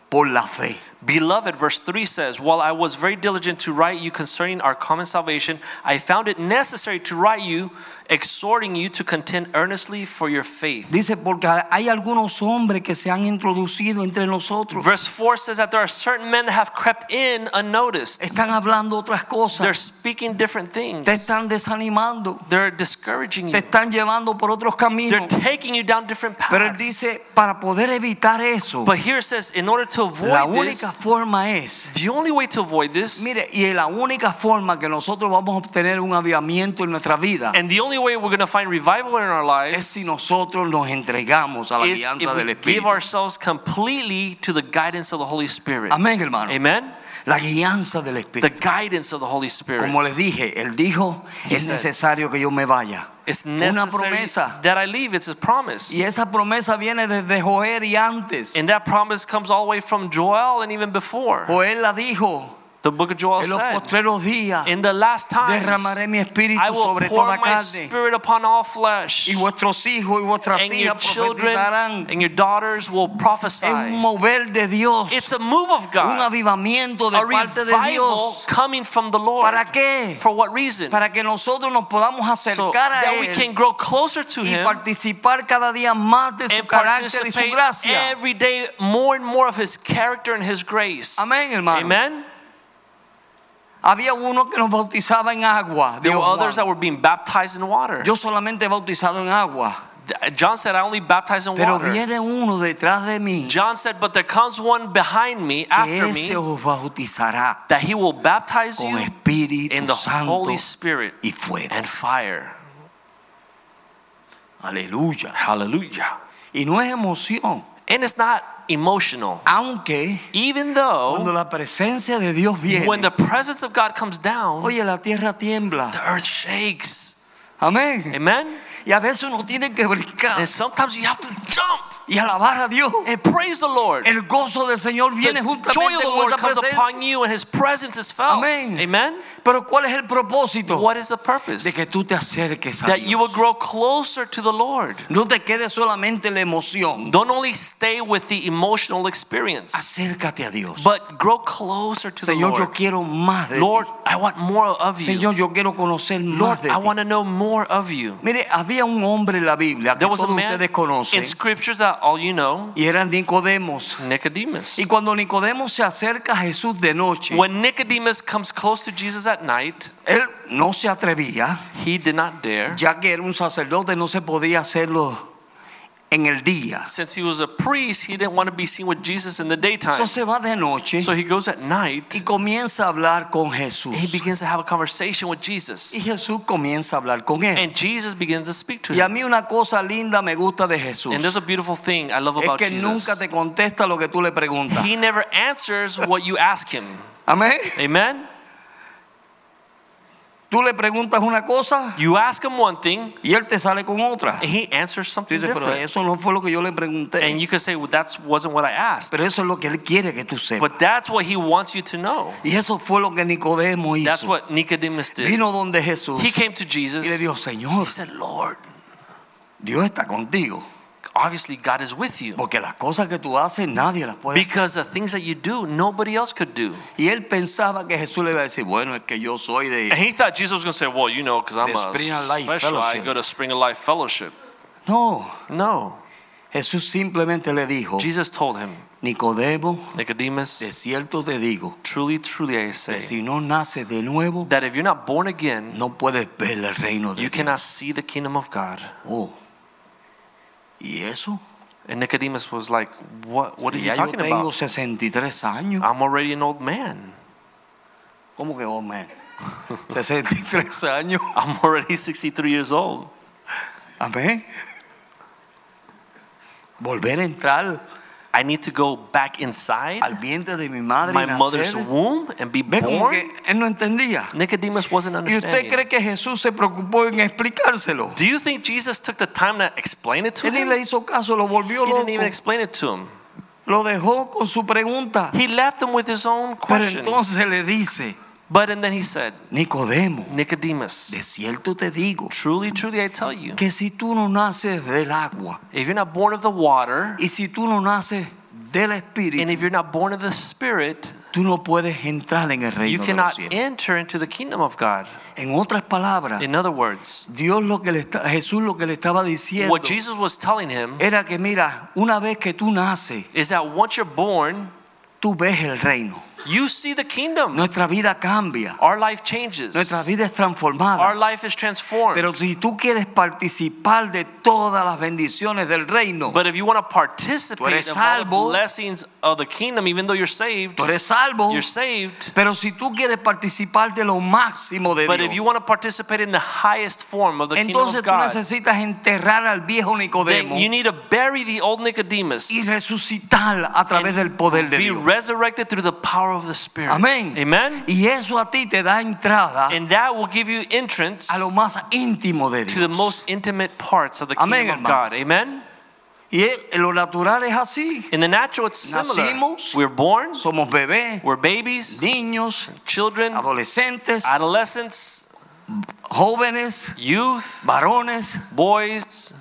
Speaker 1: por la fe.
Speaker 2: Beloved, verse 3 says, While I was very diligent to write you concerning our common salvation, I found it necessary to write you, exhorting you to contend earnestly for your faith.
Speaker 1: Dice, porque hay algunos hombres que se han introducido entre nosotros.
Speaker 2: Verse 4 says that there are certain men that have crept in unnoticed.
Speaker 1: Están hablando otras
Speaker 2: They're
Speaker 1: cosas.
Speaker 2: speaking different things.
Speaker 1: Te están desanimando.
Speaker 2: They're discouraging
Speaker 1: Te
Speaker 2: you.
Speaker 1: están llevando por otros
Speaker 2: They're
Speaker 1: caminos.
Speaker 2: taking you down different
Speaker 1: Pero él
Speaker 2: paths.
Speaker 1: dice, para poder evitar eso,
Speaker 2: But here it says, in order to
Speaker 1: la
Speaker 2: avoid
Speaker 1: única
Speaker 2: this,
Speaker 1: forma es,
Speaker 2: the only way to avoid this,
Speaker 1: mire, y la única forma que nosotros vamos a obtener un avivamiento en nuestra vida
Speaker 2: and the only way we're going to find revival in our
Speaker 1: es
Speaker 2: lives
Speaker 1: si nosotros nos entregamos a la
Speaker 2: is
Speaker 1: alianza
Speaker 2: if we
Speaker 1: del
Speaker 2: give
Speaker 1: Espíritu.
Speaker 2: ourselves completely to the guidance of the Holy Spirit.
Speaker 1: Amén, hermano.
Speaker 2: Amen.
Speaker 1: La guianza del
Speaker 2: The
Speaker 1: Espíritu.
Speaker 2: guidance of the Holy Spirit.
Speaker 1: Como les dije, él dijo,
Speaker 2: He
Speaker 1: es
Speaker 2: said,
Speaker 1: necesario que yo me vaya.
Speaker 2: It's
Speaker 1: una
Speaker 2: necessary
Speaker 1: promesa.
Speaker 2: that I leave. It's a promise.
Speaker 1: Y esa promesa viene desde Joel y antes.
Speaker 2: And that promise comes all the way from Joel and even before.
Speaker 1: Joel la dijo,
Speaker 2: The book of Joel
Speaker 1: en los
Speaker 2: said,
Speaker 1: postreros días
Speaker 2: In the last
Speaker 1: derramaré
Speaker 2: times,
Speaker 1: mi espíritu
Speaker 2: I will
Speaker 1: sobre
Speaker 2: pour
Speaker 1: toda
Speaker 2: my
Speaker 1: carne.
Speaker 2: spirit upon all flesh.
Speaker 1: Y vuestros hijos y vuestras
Speaker 2: And your
Speaker 1: hijas
Speaker 2: children
Speaker 1: profetizarán.
Speaker 2: and your daughters will
Speaker 1: Es un
Speaker 2: prophesy.
Speaker 1: mover de Dios,
Speaker 2: It's a move of
Speaker 1: un
Speaker 2: God.
Speaker 1: avivamiento de
Speaker 2: A
Speaker 1: parte de
Speaker 2: revival
Speaker 1: Dios.
Speaker 2: coming from the Lord.
Speaker 1: ¿Para qué?
Speaker 2: For what reason?
Speaker 1: Para que nosotros nos podamos
Speaker 2: So
Speaker 1: acercar a
Speaker 2: that we
Speaker 1: Él
Speaker 2: can grow closer to
Speaker 1: y
Speaker 2: Him
Speaker 1: participar cada día más de su
Speaker 2: and
Speaker 1: carácter y su
Speaker 2: participate
Speaker 1: gracia.
Speaker 2: every day more and more of His character and His grace.
Speaker 1: Amén, hermano.
Speaker 2: Amen.
Speaker 1: Había uno que nos bautizaba en agua.
Speaker 2: There
Speaker 1: dijo
Speaker 2: were
Speaker 1: Juan.
Speaker 2: others that were being baptized in water.
Speaker 1: Yo solamente he bautizado en agua.
Speaker 2: Th- uh, John said, I only baptize in
Speaker 1: Pero
Speaker 2: water.
Speaker 1: viene uno detrás de mí
Speaker 2: John said, But there comes one behind me,
Speaker 1: que
Speaker 2: after
Speaker 1: ese
Speaker 2: me,
Speaker 1: os bautizará
Speaker 2: that He will baptize
Speaker 1: con
Speaker 2: you in
Speaker 1: Espíritu
Speaker 2: the
Speaker 1: Santo
Speaker 2: Holy Spirit
Speaker 1: y fuego.
Speaker 2: and fire.
Speaker 1: Aleluya.
Speaker 2: Hallelujah.
Speaker 1: Y no es emoción,
Speaker 2: And it's not emotional.
Speaker 1: aunque
Speaker 2: Even though
Speaker 1: cuando la presencia de Dios
Speaker 2: when
Speaker 1: viene,
Speaker 2: the presence of God comes down,
Speaker 1: oye, la tierra tiembla.
Speaker 2: the earth shakes.
Speaker 1: Amén.
Speaker 2: Amen.
Speaker 1: Y a veces uno tiene que brincar
Speaker 2: And sometimes you have to jump
Speaker 1: y alabar a Dios.
Speaker 2: and praise the Lord.
Speaker 1: El gozo del Señor
Speaker 2: The
Speaker 1: viene
Speaker 2: joy of
Speaker 1: juntamente
Speaker 2: the
Speaker 1: con
Speaker 2: Lord
Speaker 1: esa
Speaker 2: comes
Speaker 1: presencia.
Speaker 2: upon you and His presence is felt.
Speaker 1: Amén.
Speaker 2: Amen.
Speaker 1: Pero ¿cuál es el propósito?
Speaker 2: What is the purpose?
Speaker 1: De que tú te acerques a
Speaker 2: That you will
Speaker 1: Dios.
Speaker 2: grow closer to the Lord.
Speaker 1: No te quedes solamente la emoción.
Speaker 2: Don't only stay with the emotional experience,
Speaker 1: Acércate a Dios.
Speaker 2: but grow closer to the
Speaker 1: Señor, yo
Speaker 2: Lord.
Speaker 1: quiero más de
Speaker 2: Lord,
Speaker 1: ti.
Speaker 2: I want more of you.
Speaker 1: Señor, yo quiero conocer
Speaker 2: Lord,
Speaker 1: más de
Speaker 2: I
Speaker 1: ti.
Speaker 2: want to know more of you.
Speaker 1: Mire, había un hombre en la Biblia que
Speaker 2: There was
Speaker 1: todos
Speaker 2: a man
Speaker 1: ustedes conocen
Speaker 2: in scriptures that all you know,
Speaker 1: y era Nicodemos.
Speaker 2: Nicodemus.
Speaker 1: Y cuando Nicodemo se acerca a Jesús de noche,
Speaker 2: When Nicodemus comes close to Jesus at night,
Speaker 1: él no se atrevía,
Speaker 2: he did not dare.
Speaker 1: ya que era un sacerdote, no se podía hacerlo en el día.
Speaker 2: Since he was a priest, he didn't want to be seen with Jesus in the daytime.
Speaker 1: Entonces se va de noche
Speaker 2: So he goes at night
Speaker 1: y comienza a hablar con
Speaker 2: and he
Speaker 1: Jesús.
Speaker 2: begins to have a conversation with
Speaker 1: Y
Speaker 2: Jesus.
Speaker 1: Jesús comienza a hablar con él.
Speaker 2: And Jesus begins to speak to
Speaker 1: Y a
Speaker 2: him.
Speaker 1: mí una cosa linda me gusta de Jesús.
Speaker 2: And there's a beautiful thing I love
Speaker 1: Es
Speaker 2: about
Speaker 1: que nunca
Speaker 2: Jesus.
Speaker 1: te contesta lo que tú le preguntas.
Speaker 2: He never answers what you ask him.
Speaker 1: Amén.
Speaker 2: Amen?
Speaker 1: Tú le preguntas una cosa
Speaker 2: You ask him one thing
Speaker 1: y él te sale con otra.
Speaker 2: and he answers
Speaker 1: Tú
Speaker 2: something
Speaker 1: dices, pero
Speaker 2: different.
Speaker 1: eso no fue lo que yo le
Speaker 2: And
Speaker 1: pregunté.
Speaker 2: you could say, well, that wasn't what I asked.
Speaker 1: Pero eso es lo que él quiere que tú sepas.
Speaker 2: But that's what he wants you to know.
Speaker 1: Y eso fue lo que Nicodemo
Speaker 2: That's
Speaker 1: hizo.
Speaker 2: what Nicodemus did.
Speaker 1: Vino donde Jesús
Speaker 2: He came to
Speaker 1: y le
Speaker 2: Jesus.
Speaker 1: dijo, Señor,
Speaker 2: He said, Lord,
Speaker 1: Dios está contigo.
Speaker 2: obviously God is with you.
Speaker 1: Porque las cosas que tú haces nadie las puede. hacer.
Speaker 2: Because the things that you do, nobody else could do.
Speaker 1: Y él pensaba que Jesús le iba a decir, bueno, es que yo soy
Speaker 2: And
Speaker 1: de...
Speaker 2: he thought Jesus was going to say, well, you know, because I'm
Speaker 1: The
Speaker 2: a
Speaker 1: Spring of Life
Speaker 2: special, I
Speaker 1: Fellowship.
Speaker 2: go to Spring of Life Fellowship.
Speaker 1: No,
Speaker 2: No.
Speaker 1: Jesús simplemente le dijo,
Speaker 2: Jesus told him,
Speaker 1: Nicodemo, de
Speaker 2: Nicodemus,
Speaker 1: cierto te digo,
Speaker 2: truly, truly I
Speaker 1: que
Speaker 2: say,
Speaker 1: si no naces de nuevo,
Speaker 2: that if you're not born again,
Speaker 1: no puedes ver el reino de
Speaker 2: you
Speaker 1: Dios.
Speaker 2: cannot see the kingdom of God.
Speaker 1: Oh. ¿Y eso?
Speaker 2: And Nicodemus was like, what, what is
Speaker 1: Si
Speaker 2: he
Speaker 1: ya yo
Speaker 2: talking
Speaker 1: tengo
Speaker 2: about?
Speaker 1: 63 años.
Speaker 2: I'm already an old man.
Speaker 1: ¿Cómo que oh, man? 63 años.
Speaker 2: I'm already 63 years old.
Speaker 1: Amén. Volver a entrar
Speaker 2: I need to go back inside
Speaker 1: al vientre de mi madre
Speaker 2: my
Speaker 1: y
Speaker 2: mother's
Speaker 1: nacer.
Speaker 2: womb and be
Speaker 1: Ve como
Speaker 2: born?
Speaker 1: que él no entendía.
Speaker 2: Nicodemus wasn't
Speaker 1: ¿Y usted
Speaker 2: understanding.
Speaker 1: cree que Jesús se preocupó en explicárselo?
Speaker 2: Do you think Jesus took the time to explain it to
Speaker 1: Él ni
Speaker 2: him?
Speaker 1: le hizo caso, lo volvió
Speaker 2: He didn't even
Speaker 1: loco.
Speaker 2: explain it to him.
Speaker 1: Lo dejó con su pregunta.
Speaker 2: He left him with his own
Speaker 1: Pero
Speaker 2: question.
Speaker 1: entonces le dice,
Speaker 2: But and then he said,
Speaker 1: Nicodemo, de
Speaker 2: Nicodemus,
Speaker 1: cierto te digo
Speaker 2: truly, truly, I tell you,
Speaker 1: que si tú no naces del agua
Speaker 2: if you're not born of the water
Speaker 1: y si tú no naces del
Speaker 2: and
Speaker 1: Espíritu,
Speaker 2: if you're not born of the Spirit,
Speaker 1: tú no puedes entrar en el
Speaker 2: you
Speaker 1: reino de los
Speaker 2: cannot
Speaker 1: cielos.
Speaker 2: enter into the kingdom of God.
Speaker 1: En otras palabras,
Speaker 2: In other words,
Speaker 1: Dios lo que le está, Jesús lo que le estaba diciendo
Speaker 2: what Jesus was telling him
Speaker 1: era que mira, una vez que tú naces,
Speaker 2: is that once you're born,
Speaker 1: tú ves el reino.
Speaker 2: you see the kingdom.
Speaker 1: Nuestra vida cambia,
Speaker 2: Our life changes.
Speaker 1: nuestra vida es
Speaker 2: Our
Speaker 1: transformada.
Speaker 2: life is transformed.
Speaker 1: Pero si tú quieres participar de todas las bendiciones del reino,
Speaker 2: But if you want to participate
Speaker 1: eres
Speaker 2: in all the
Speaker 1: salvo.
Speaker 2: blessings of the kingdom, even though you're saved,
Speaker 1: tú eres salvo.
Speaker 2: you're saved.
Speaker 1: Pero si tú quieres participar de lo máximo de
Speaker 2: But if you
Speaker 1: Dios,
Speaker 2: want to participate in the highest form of the kingdom
Speaker 1: entonces
Speaker 2: of
Speaker 1: tú
Speaker 2: God,
Speaker 1: necesitas enterrar al viejo Nicodemo
Speaker 2: then you need to bury the old Nicodemus
Speaker 1: y resucitar a través
Speaker 2: and
Speaker 1: del poder de
Speaker 2: be
Speaker 1: Dios.
Speaker 2: resurrected through the power of the Spirit.
Speaker 1: Amén.
Speaker 2: Amen.
Speaker 1: Y eso a ti te da entrada
Speaker 2: And that will give you entrance
Speaker 1: a lo más íntimo de
Speaker 2: to the
Speaker 1: Dios.
Speaker 2: most intimate parts of the
Speaker 1: Amén,
Speaker 2: kingdom of
Speaker 1: hermano.
Speaker 2: God. Amen.
Speaker 1: Y es- lo natural es así.
Speaker 2: In the natural, it's similar.
Speaker 1: Nacimos.
Speaker 2: We're born,
Speaker 1: Somos bebés,
Speaker 2: we're babies,
Speaker 1: niños,
Speaker 2: children,
Speaker 1: adolescentes,
Speaker 2: adolescents,
Speaker 1: jóvenes,
Speaker 2: youth,
Speaker 1: varones,
Speaker 2: boys.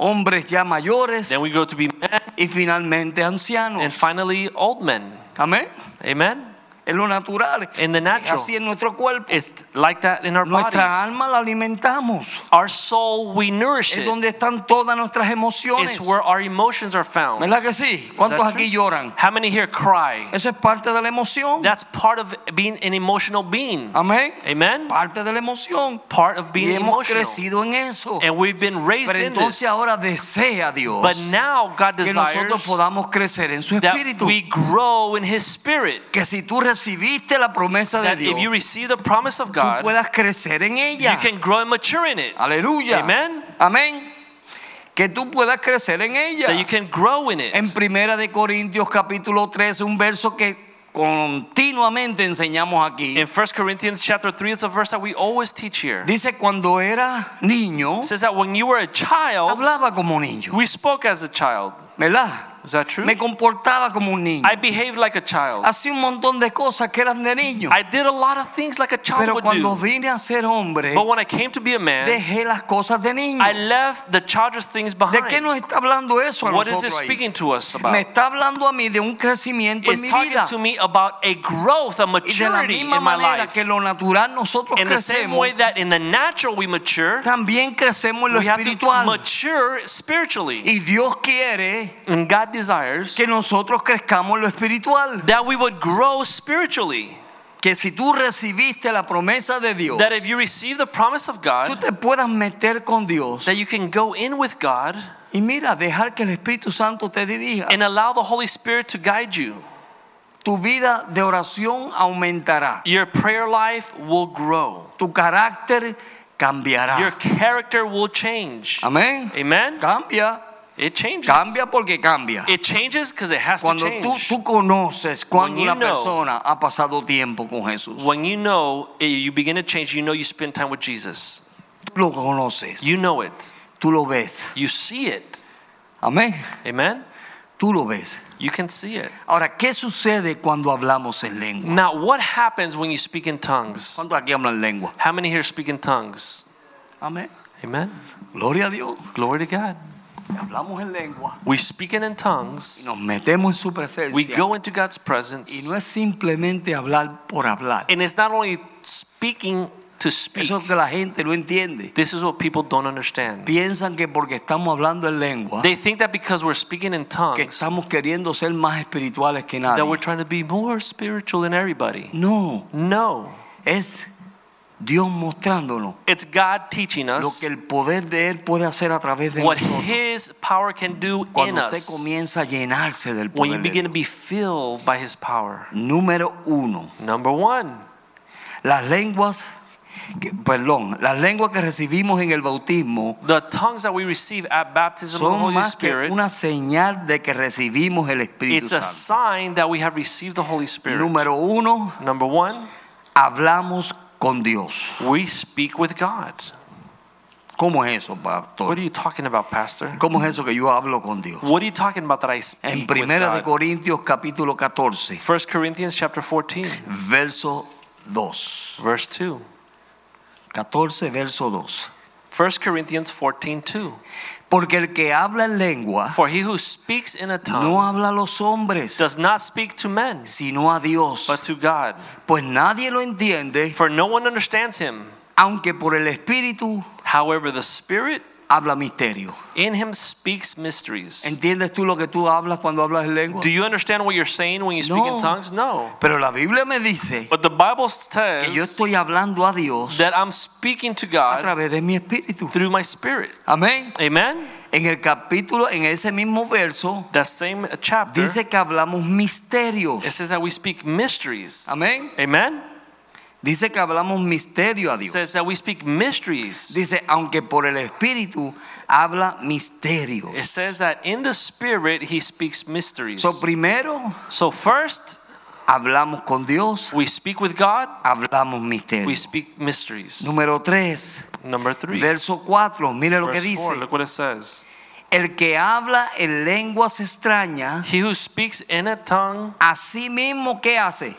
Speaker 1: hombres ya mayores
Speaker 2: Then we grow to be men,
Speaker 1: y finalmente
Speaker 2: and
Speaker 1: ancianos.
Speaker 2: finally old men.
Speaker 1: Amén.
Speaker 2: Amen.
Speaker 1: Es lo natural.
Speaker 2: In the natural,
Speaker 1: Así es nuestro cuerpo.
Speaker 2: it's like that in our
Speaker 1: Nuestra
Speaker 2: bodies.
Speaker 1: alma la alimentamos.
Speaker 2: Our soul, we nourish
Speaker 1: Es
Speaker 2: it.
Speaker 1: donde están todas nuestras emociones.
Speaker 2: It's where our emotions are found.
Speaker 1: ¿Verdad que sí? ¿Cuántos
Speaker 2: that
Speaker 1: aquí
Speaker 2: true?
Speaker 1: lloran?
Speaker 2: How many here cry?
Speaker 1: Eso es parte de la emoción.
Speaker 2: That's part of being an emotional being.
Speaker 1: Amén.
Speaker 2: Amen.
Speaker 1: Parte de la emoción.
Speaker 2: Part of
Speaker 1: Y
Speaker 2: being
Speaker 1: hemos
Speaker 2: emotional.
Speaker 1: crecido en eso.
Speaker 2: And we've been raised
Speaker 1: Pero
Speaker 2: in this.
Speaker 1: entonces ahora desea Dios
Speaker 2: But now God
Speaker 1: que nosotros
Speaker 2: desires
Speaker 1: podamos crecer en su
Speaker 2: that
Speaker 1: espíritu.
Speaker 2: we grow in His Spirit.
Speaker 1: Que si tú recibiste la promesa de
Speaker 2: That if you
Speaker 1: Dios,
Speaker 2: receive the promise of
Speaker 1: tú
Speaker 2: God,
Speaker 1: puedas crecer en
Speaker 2: you
Speaker 1: ella.
Speaker 2: can grow and mature in it.
Speaker 1: Aleluya.
Speaker 2: Amen.
Speaker 1: Amén. Que tú puedas crecer en ella.
Speaker 2: That you can grow in it.
Speaker 1: En Primera de Corintios capítulo 13, un verso que continuamente enseñamos aquí.
Speaker 2: In 1 Corinthians chapter 3, it's a verse that we always teach here.
Speaker 1: Dice cuando era niño,
Speaker 2: It says that when you were a child,
Speaker 1: hablaba como niño,
Speaker 2: we spoke as a child.
Speaker 1: ¿verdad?
Speaker 2: Is that true?
Speaker 1: Me comportaba como un niño.
Speaker 2: I behaved like a child.
Speaker 1: Hacía un montón de cosas que eran de niño.
Speaker 2: I did a lot of things like a child
Speaker 1: Pero
Speaker 2: would
Speaker 1: cuando
Speaker 2: do.
Speaker 1: vine a ser hombre,
Speaker 2: But when I came to be a man,
Speaker 1: dejé las cosas de niño.
Speaker 2: I left the childish things
Speaker 1: ¿De qué nos
Speaker 2: behind.
Speaker 1: está hablando eso a
Speaker 2: What is it
Speaker 1: nosotros ahí?
Speaker 2: speaking to us
Speaker 1: Me
Speaker 2: about?
Speaker 1: está hablando a mí de un crecimiento en
Speaker 2: It's
Speaker 1: mi
Speaker 2: talking
Speaker 1: vida.
Speaker 2: to me about a growth, a
Speaker 1: Y de la
Speaker 2: maturity in
Speaker 1: misma
Speaker 2: my
Speaker 1: manera
Speaker 2: life.
Speaker 1: que lo natural nosotros
Speaker 2: In the same
Speaker 1: crecemos,
Speaker 2: way that in the natural we mature,
Speaker 1: también crecemos en lo
Speaker 2: we have to
Speaker 1: espiritual.
Speaker 2: mature spiritually.
Speaker 1: Y Dios quiere
Speaker 2: And God desires
Speaker 1: que nosotros crezcamos en lo espiritual.
Speaker 2: that we would grow spiritually.
Speaker 1: Que si tú recibiste la promesa de Dios,
Speaker 2: that if you receive the promise of
Speaker 1: tú
Speaker 2: God,
Speaker 1: te puedas meter con Dios.
Speaker 2: that you can go in with God
Speaker 1: Y mira, dejar que el Espíritu Santo te dirija.
Speaker 2: and allow the Holy Spirit to guide you.
Speaker 1: Tu vida de oración aumentará.
Speaker 2: Your prayer life will grow.
Speaker 1: Tu carácter
Speaker 2: Your
Speaker 1: cambiará.
Speaker 2: character will change.
Speaker 1: Amén.
Speaker 2: Amen.
Speaker 1: Cambia,
Speaker 2: It changes.
Speaker 1: cambia porque cambia.
Speaker 2: It changes because it has to
Speaker 1: Cuando tú,
Speaker 2: change.
Speaker 1: tú conoces cuando
Speaker 2: When you
Speaker 1: una
Speaker 2: know-
Speaker 1: persona ha pasado tiempo con Jesús,
Speaker 2: When you know eh, you begin to change, you know you spend time with Jesus.
Speaker 1: tú lo conoces,
Speaker 2: You know it.
Speaker 1: tú lo ves.
Speaker 2: You see it.
Speaker 1: Amén.
Speaker 2: Amen.
Speaker 1: Tú lo ves.
Speaker 2: You can see it.
Speaker 1: Ahora, ¿qué sucede cuando hablamos en lengua?
Speaker 2: Now, what happens when you speak in tongues?
Speaker 1: ¿Cuántos aquí hablan lengua?
Speaker 2: How many here speak in tongues?
Speaker 1: Amén.
Speaker 2: Amen.
Speaker 1: Gloria a Dios.
Speaker 2: Glory to God.
Speaker 1: hablamos en lengua
Speaker 2: We speak it in
Speaker 1: y
Speaker 2: tongues.
Speaker 1: nos metemos en su
Speaker 2: We
Speaker 1: presencia.
Speaker 2: go into God's
Speaker 1: Y
Speaker 2: presence.
Speaker 1: no es simplemente hablar por hablar.
Speaker 2: And it's not only speaking to speak.
Speaker 1: Eso es que la gente no entiende.
Speaker 2: This is what people don't understand.
Speaker 1: Piensan que porque estamos hablando en lengua,
Speaker 2: They think that because we're speaking in
Speaker 1: que
Speaker 2: tongues,
Speaker 1: estamos queriendo ser más espirituales que nadie.
Speaker 2: that we're trying to be more spiritual than everybody.
Speaker 1: No,
Speaker 2: No.
Speaker 1: es Dios mostrándonos
Speaker 2: It's God teaching
Speaker 1: lo
Speaker 2: us
Speaker 1: que el poder de Él puede hacer a través de
Speaker 2: what
Speaker 1: nosotros.
Speaker 2: His power can do in
Speaker 1: Cuando usted
Speaker 2: us
Speaker 1: comienza a llenarse del
Speaker 2: when you
Speaker 1: poder. de
Speaker 2: begin
Speaker 1: Dios.
Speaker 2: to be filled by His power.
Speaker 1: Número uno,
Speaker 2: Number one,
Speaker 1: las lenguas, que- perdón, las lenguas que recibimos en el bautismo
Speaker 2: the tongues that we receive at baptism of the
Speaker 1: son
Speaker 2: Holy
Speaker 1: más que
Speaker 2: Spirit,
Speaker 1: una señal de que recibimos el Espíritu
Speaker 2: it's a
Speaker 1: Santo.
Speaker 2: sign that we have received the Holy Spirit.
Speaker 1: Número uno,
Speaker 2: Number one,
Speaker 1: hablamos con Dios.
Speaker 2: we speak with God.
Speaker 1: ¿Cómo es eso,
Speaker 2: What
Speaker 1: pastor?
Speaker 2: are you talking about, Pastor?
Speaker 1: ¿Cómo es eso que yo hablo con Dios?
Speaker 2: What are you talking about that I
Speaker 1: En
Speaker 2: speak with
Speaker 1: Primera de
Speaker 2: God?
Speaker 1: Corintios capítulo 14,
Speaker 2: 1 Corinthians chapter 14,
Speaker 1: verso 2.
Speaker 2: verse 2.
Speaker 1: 14, verso 2.
Speaker 2: 1 Corinthians 14, 2.
Speaker 1: Porque el que habla en lengua
Speaker 2: For he who speaks in a tongue
Speaker 1: no habla a los hombres,
Speaker 2: does not speak to men,
Speaker 1: sino a Dios.
Speaker 2: but to God.
Speaker 1: Pues nadie lo entiende,
Speaker 2: For no one understands him.
Speaker 1: aunque por el Espíritu
Speaker 2: However, the Spirit
Speaker 1: habla misterio.
Speaker 2: in him speaks mysteries.
Speaker 1: ¿Entiendes tú lo que tú hablas cuando hablas en lengua?
Speaker 2: Do you understand what you're saying when you speak
Speaker 1: No.
Speaker 2: in tongues? No.
Speaker 1: Pero la Biblia me dice
Speaker 2: But the Bible
Speaker 1: que yo
Speaker 2: says
Speaker 1: estoy hablando a Dios
Speaker 2: that I'm speaking to
Speaker 1: a
Speaker 2: God
Speaker 1: través de mi Espíritu.
Speaker 2: through my spirit.
Speaker 1: Amén.
Speaker 2: Amen?
Speaker 1: En el capítulo, en ese mismo verso,
Speaker 2: That same chapter, it
Speaker 1: dice que hablamos misterios.
Speaker 2: says that we speak mysteries.
Speaker 1: Amén.
Speaker 2: Amen?
Speaker 1: Dice que hablamos misterio a
Speaker 2: It
Speaker 1: Dios.
Speaker 2: says that we speak mysteries.
Speaker 1: Dice, aunque por el Espíritu habla misterio.
Speaker 2: It says that in the spirit he speaks mysteries.
Speaker 1: So, primero,
Speaker 2: So first
Speaker 1: hablamos con Dios,
Speaker 2: we speak with God,
Speaker 1: hablamos
Speaker 2: we
Speaker 1: misterio.
Speaker 2: speak mysteries.
Speaker 1: Número 3,
Speaker 2: Number three.
Speaker 1: verso 4, mire lo que
Speaker 2: Verse four,
Speaker 1: dice.
Speaker 2: look what it says.
Speaker 1: El que habla en lenguas extrañas,
Speaker 2: He who speaks in a tongue,
Speaker 1: así mismo, ¿qué hace?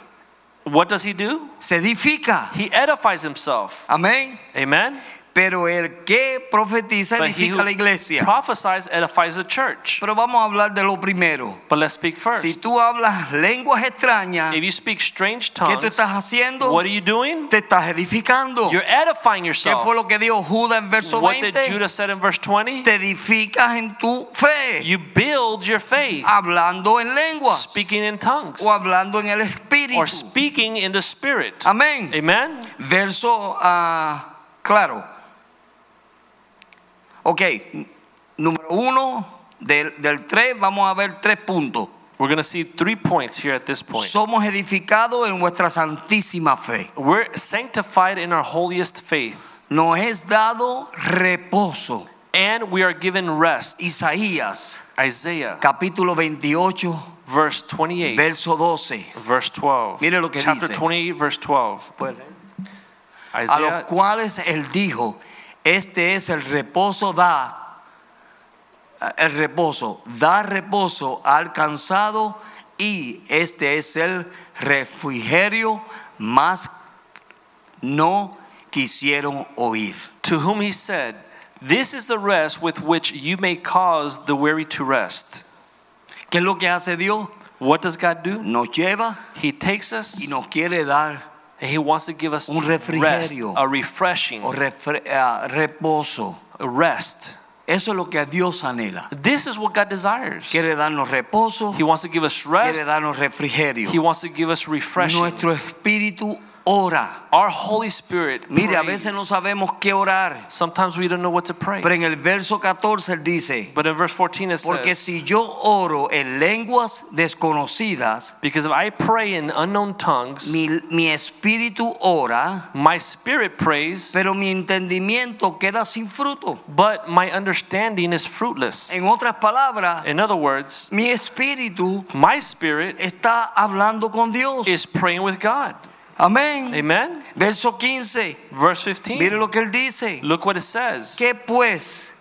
Speaker 2: what does he do?
Speaker 1: Se edifica.
Speaker 2: He edifies himself.
Speaker 1: Amén.
Speaker 2: Amen.
Speaker 1: Pero el que profetiza
Speaker 2: But he
Speaker 1: edifica
Speaker 2: who
Speaker 1: la iglesia.
Speaker 2: prophesies edifies the church.
Speaker 1: Pero vamos a hablar de lo primero.
Speaker 2: But let's speak first.
Speaker 1: Si tú hablas lenguas extrañas,
Speaker 2: if you speak
Speaker 1: ¿qué
Speaker 2: strange
Speaker 1: tú
Speaker 2: tongues,
Speaker 1: estás haciendo?
Speaker 2: what are you doing?
Speaker 1: Te estás edificando.
Speaker 2: You're edifying
Speaker 1: ¿Qué
Speaker 2: yourself.
Speaker 1: fue lo que dijo Judas en verso
Speaker 2: What did
Speaker 1: 20?
Speaker 2: Judah said in verse 20?
Speaker 1: Te edificas en tu fe,
Speaker 2: You build your faith
Speaker 1: hablando en lenguas
Speaker 2: speaking in tongues
Speaker 1: o hablando en el
Speaker 2: or
Speaker 1: espíritu.
Speaker 2: speaking in the spirit.
Speaker 1: Amén.
Speaker 2: Amen.
Speaker 1: Verso, ah, claro. Ok, número uno, del, del tres, vamos a ver tres puntos.
Speaker 2: We're going to see three points here at this point.
Speaker 1: Somos edificados en nuestra santísima fe.
Speaker 2: We're sanctified in our holiest faith,
Speaker 1: Nos es dado reposo.
Speaker 2: and we are given rest.
Speaker 1: Isaías,
Speaker 2: Isaiah,
Speaker 1: capítulo 28,
Speaker 2: verse 28,
Speaker 1: verso 12.
Speaker 2: verse 12.
Speaker 1: Mire lo que
Speaker 2: Chapter
Speaker 1: dice.
Speaker 2: 28, verse 12.
Speaker 1: A los
Speaker 2: Isaiah,
Speaker 1: cuales él dijo, este es el reposo da, el reposo, da reposo al cansado y este es el refrigerio más no quisieron oír.
Speaker 2: to whom he said, This is the rest with which you may cause the weary to rest.
Speaker 1: ¿Qué es lo que hace Dios?
Speaker 2: What does God do?
Speaker 1: Nos lleva
Speaker 2: He takes us
Speaker 1: y nos quiere dar
Speaker 2: and he wants to give us
Speaker 1: Un
Speaker 2: rest,
Speaker 1: refrigerio.
Speaker 2: a refreshing,
Speaker 1: o refre- ah, reposo.
Speaker 2: a rest.
Speaker 1: Eso es lo que Dios anhela.
Speaker 2: This is what God desires.
Speaker 1: Quiere darnos reposo,
Speaker 2: He wants to give us rest.
Speaker 1: quiere darnos refrigerio.
Speaker 2: He wants to give us refreshing.
Speaker 1: Nuestro espíritu ora.
Speaker 2: Our Holy Spirit.
Speaker 1: Mire, a
Speaker 2: prays.
Speaker 1: veces no sabemos qué orar,
Speaker 2: Sometimes we don't know what to pray.
Speaker 1: pero en el verso 14 él dice,
Speaker 2: But in verse 14 it
Speaker 1: porque
Speaker 2: says,
Speaker 1: si yo oro en lenguas desconocidas,
Speaker 2: Because if I pray in unknown tongues,
Speaker 1: mi, mi espíritu ora,
Speaker 2: my spirit prays,
Speaker 1: pero mi entendimiento queda sin fruto.
Speaker 2: but my understanding is fruitless.
Speaker 1: En otras palabras,
Speaker 2: In other words,
Speaker 1: mi espíritu
Speaker 2: my spirit
Speaker 1: está hablando con Dios.
Speaker 2: is praying with God.
Speaker 1: Amén.
Speaker 2: Amen?
Speaker 1: Verso 15,
Speaker 2: Verse
Speaker 1: mire
Speaker 2: 15.
Speaker 1: lo que él dice.
Speaker 2: Look what it says.
Speaker 1: Que pues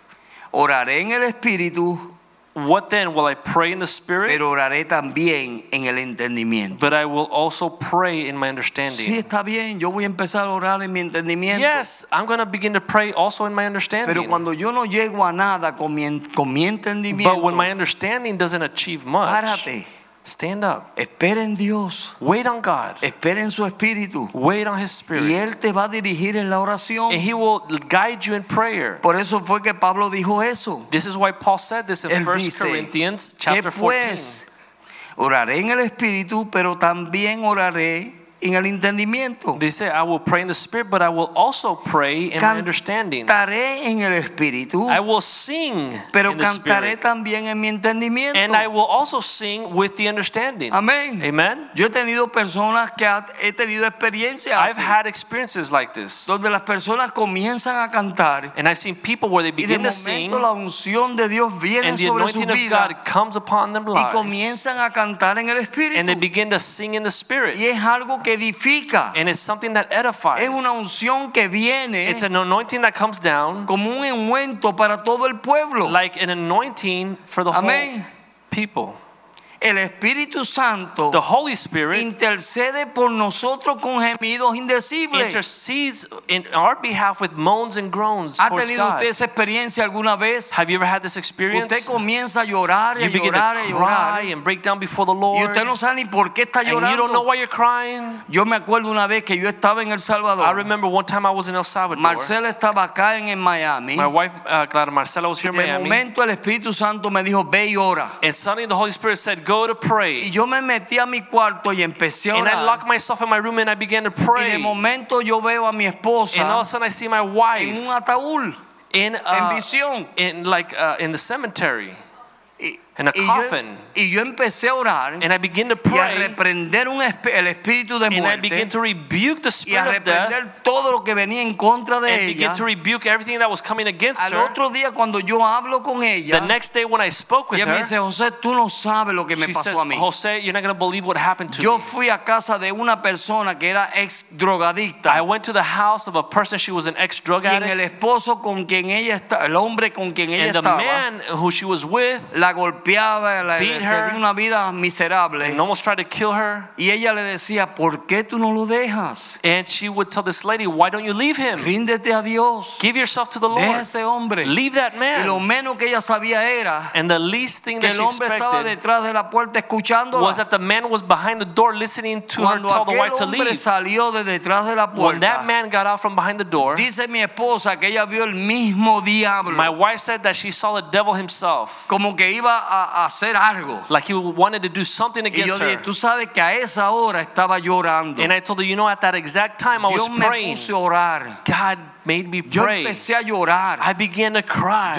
Speaker 1: oraré en el espíritu
Speaker 2: What then? Will I pray in the spirit?
Speaker 1: pero oraré también en el entendimiento.
Speaker 2: but I will also pray in my understanding.
Speaker 1: Sí, está bien, yo voy a empezar a orar en mi entendimiento.
Speaker 2: Yes, I'm going to begin to pray also in my understanding.
Speaker 1: Pero cuando yo no llego a nada con mi, en- con mi
Speaker 2: but when
Speaker 1: entendimiento,
Speaker 2: my understanding doesn't achieve much,
Speaker 1: párate,
Speaker 2: stand up.
Speaker 1: espera en Dios,
Speaker 2: Wait on God.
Speaker 1: espera en su espíritu
Speaker 2: Wait on His Spirit.
Speaker 1: y Él te va a dirigir en la oración.
Speaker 2: And He will guide you in prayer.
Speaker 1: Por eso fue que Pablo dijo eso.
Speaker 2: This is why Paul said this in
Speaker 1: Él
Speaker 2: 1
Speaker 1: dice,
Speaker 2: Corinthians
Speaker 1: Que
Speaker 2: chapter 14.
Speaker 1: pues oraré en el espíritu, pero también oraré en el entendimiento.
Speaker 2: They say, I will pray in the Spirit, but I will also pray in my understanding.
Speaker 1: Cantaré en el espíritu,
Speaker 2: I will sing
Speaker 1: pero
Speaker 2: in the
Speaker 1: cantaré
Speaker 2: Spirit.
Speaker 1: también en mi entendimiento.
Speaker 2: And I will also sing with the understanding.
Speaker 1: Amén.
Speaker 2: Amen.
Speaker 1: Yo he tenido personas que ha- he tenido experiencias
Speaker 2: I've
Speaker 1: así,
Speaker 2: had experiences like this.
Speaker 1: donde las personas comienzan a cantar
Speaker 2: And I've seen people where they
Speaker 1: y de
Speaker 2: begin to sing
Speaker 1: momento la unción de Dios viene
Speaker 2: and the
Speaker 1: sobre su
Speaker 2: anointing of
Speaker 1: vida
Speaker 2: God comes upon them
Speaker 1: y
Speaker 2: lives.
Speaker 1: comienzan a cantar en el
Speaker 2: And they
Speaker 1: Espíritu
Speaker 2: begin to sing in the
Speaker 1: y
Speaker 2: Spirit.
Speaker 1: es algo que edifica,
Speaker 2: And it's something that edifies.
Speaker 1: es una unción que viene
Speaker 2: It's an anointing that comes down
Speaker 1: como un encuentro para todo el pueblo.
Speaker 2: like an anointing for the whole
Speaker 1: Amén.
Speaker 2: people.
Speaker 1: El Espíritu Santo
Speaker 2: The Holy Spirit
Speaker 1: intercede por nosotros con gemidos indecibles.
Speaker 2: intercedes in our behalf with moans and groans
Speaker 1: ¿Ha
Speaker 2: towards
Speaker 1: tenido
Speaker 2: God.
Speaker 1: usted esa experiencia alguna vez?
Speaker 2: Have you ever had this experience?
Speaker 1: Usted comienza a llorar y a
Speaker 2: you begin to
Speaker 1: llorar y a llorar.
Speaker 2: cry and break down before the
Speaker 1: Y
Speaker 2: Lord.
Speaker 1: usted no sabe ni por qué está
Speaker 2: and you don't know
Speaker 1: llorando.
Speaker 2: why you're crying.
Speaker 1: Yo me acuerdo una vez que yo estaba en El
Speaker 2: I
Speaker 1: Salvador.
Speaker 2: remember one time I was in El Salvador.
Speaker 1: Marcela estaba acá en, en Miami.
Speaker 2: My wife, uh, Clara Marcela, was here in
Speaker 1: De
Speaker 2: Miami.
Speaker 1: momento el Espíritu Santo me dijo, ve y ora.
Speaker 2: And suddenly the Holy Spirit said, Go to
Speaker 1: Y
Speaker 2: pray.
Speaker 1: yo me metí a mi cuarto y empecé a
Speaker 2: And I
Speaker 1: orar.
Speaker 2: locked myself in my room and I began to
Speaker 1: Y de
Speaker 2: pray. And
Speaker 1: momento yo veo a mi
Speaker 2: all Ah,
Speaker 1: esposa
Speaker 2: of a sudden I see my
Speaker 1: en un
Speaker 2: wife
Speaker 1: ataúd,
Speaker 2: in
Speaker 1: en
Speaker 2: a,
Speaker 1: visión.
Speaker 2: in like uh, in the cemetery,
Speaker 1: Y,
Speaker 2: in a
Speaker 1: y yo,
Speaker 2: coffin.
Speaker 1: y yo empecé a orar
Speaker 2: And I begin to
Speaker 1: y a
Speaker 2: pray.
Speaker 1: reprender un esp- el espíritu de
Speaker 2: And I
Speaker 1: muerte
Speaker 2: begin to rebuke
Speaker 1: y
Speaker 2: the
Speaker 1: a
Speaker 2: spirit of death.
Speaker 1: reprender todo lo que venía en contra de
Speaker 2: And begin
Speaker 1: ella.
Speaker 2: to rebuke everything that was coming against
Speaker 1: Al
Speaker 2: her.
Speaker 1: otro día cuando yo hablo con
Speaker 2: The
Speaker 1: ella,
Speaker 2: next day when I spoke with
Speaker 1: ella me
Speaker 2: her,
Speaker 1: dice, José, tú no sabes lo que me
Speaker 2: she
Speaker 1: pasó
Speaker 2: says, "Oh,
Speaker 1: a mí.
Speaker 2: Jose, you're not going to believe what happened to
Speaker 1: Yo
Speaker 2: me.
Speaker 1: fui a casa de una persona que era ex
Speaker 2: I
Speaker 1: drogadicta
Speaker 2: went to the house of a person, she was an ex-drug
Speaker 1: y en el
Speaker 2: addict.
Speaker 1: esposo con quien ella está, el hombre con quien ella
Speaker 2: And the
Speaker 1: estaba,
Speaker 2: man who she was with
Speaker 1: la golpeaba, la
Speaker 2: Beat
Speaker 1: tenía
Speaker 2: her.
Speaker 1: una vida miserable
Speaker 2: and almost tried to kill her.
Speaker 1: y ella le decía, ¿por qué tú no lo dejas?
Speaker 2: And she would tell this lady, Why don't you leave him?
Speaker 1: Ríndete a Dios,
Speaker 2: Give yourself to the
Speaker 1: deja a
Speaker 2: Lord.
Speaker 1: ese hombre.
Speaker 2: Leave that
Speaker 1: Y lo
Speaker 2: man.
Speaker 1: menos que ella sabía era
Speaker 2: And the least thing
Speaker 1: que
Speaker 2: that
Speaker 1: el
Speaker 2: she
Speaker 1: hombre estaba
Speaker 2: expected
Speaker 1: detrás de la puerta
Speaker 2: was
Speaker 1: escuchándola.
Speaker 2: that the man was behind the door listening to her
Speaker 1: Cuando
Speaker 2: tell the
Speaker 1: aquel
Speaker 2: wife to
Speaker 1: hombre
Speaker 2: leave.
Speaker 1: salió de detrás de la
Speaker 2: When that
Speaker 1: puerta,
Speaker 2: man got out from behind the door,
Speaker 1: dice mi esposa que ella vio el mismo
Speaker 2: my
Speaker 1: diablo
Speaker 2: wife said that she saw the devil himself,
Speaker 1: como que iba a, a hacer algo.
Speaker 2: like he wanted to do something
Speaker 1: Y yo
Speaker 2: against
Speaker 1: dije,
Speaker 2: her.
Speaker 1: tú sabes que a esa hora estaba llorando.
Speaker 2: And I told her, You know, at that exact time I was
Speaker 1: Dios me
Speaker 2: praying,
Speaker 1: puso a orar.
Speaker 2: God made me
Speaker 1: Yo
Speaker 2: pray.
Speaker 1: empecé a llorar.
Speaker 2: I began to
Speaker 1: Yo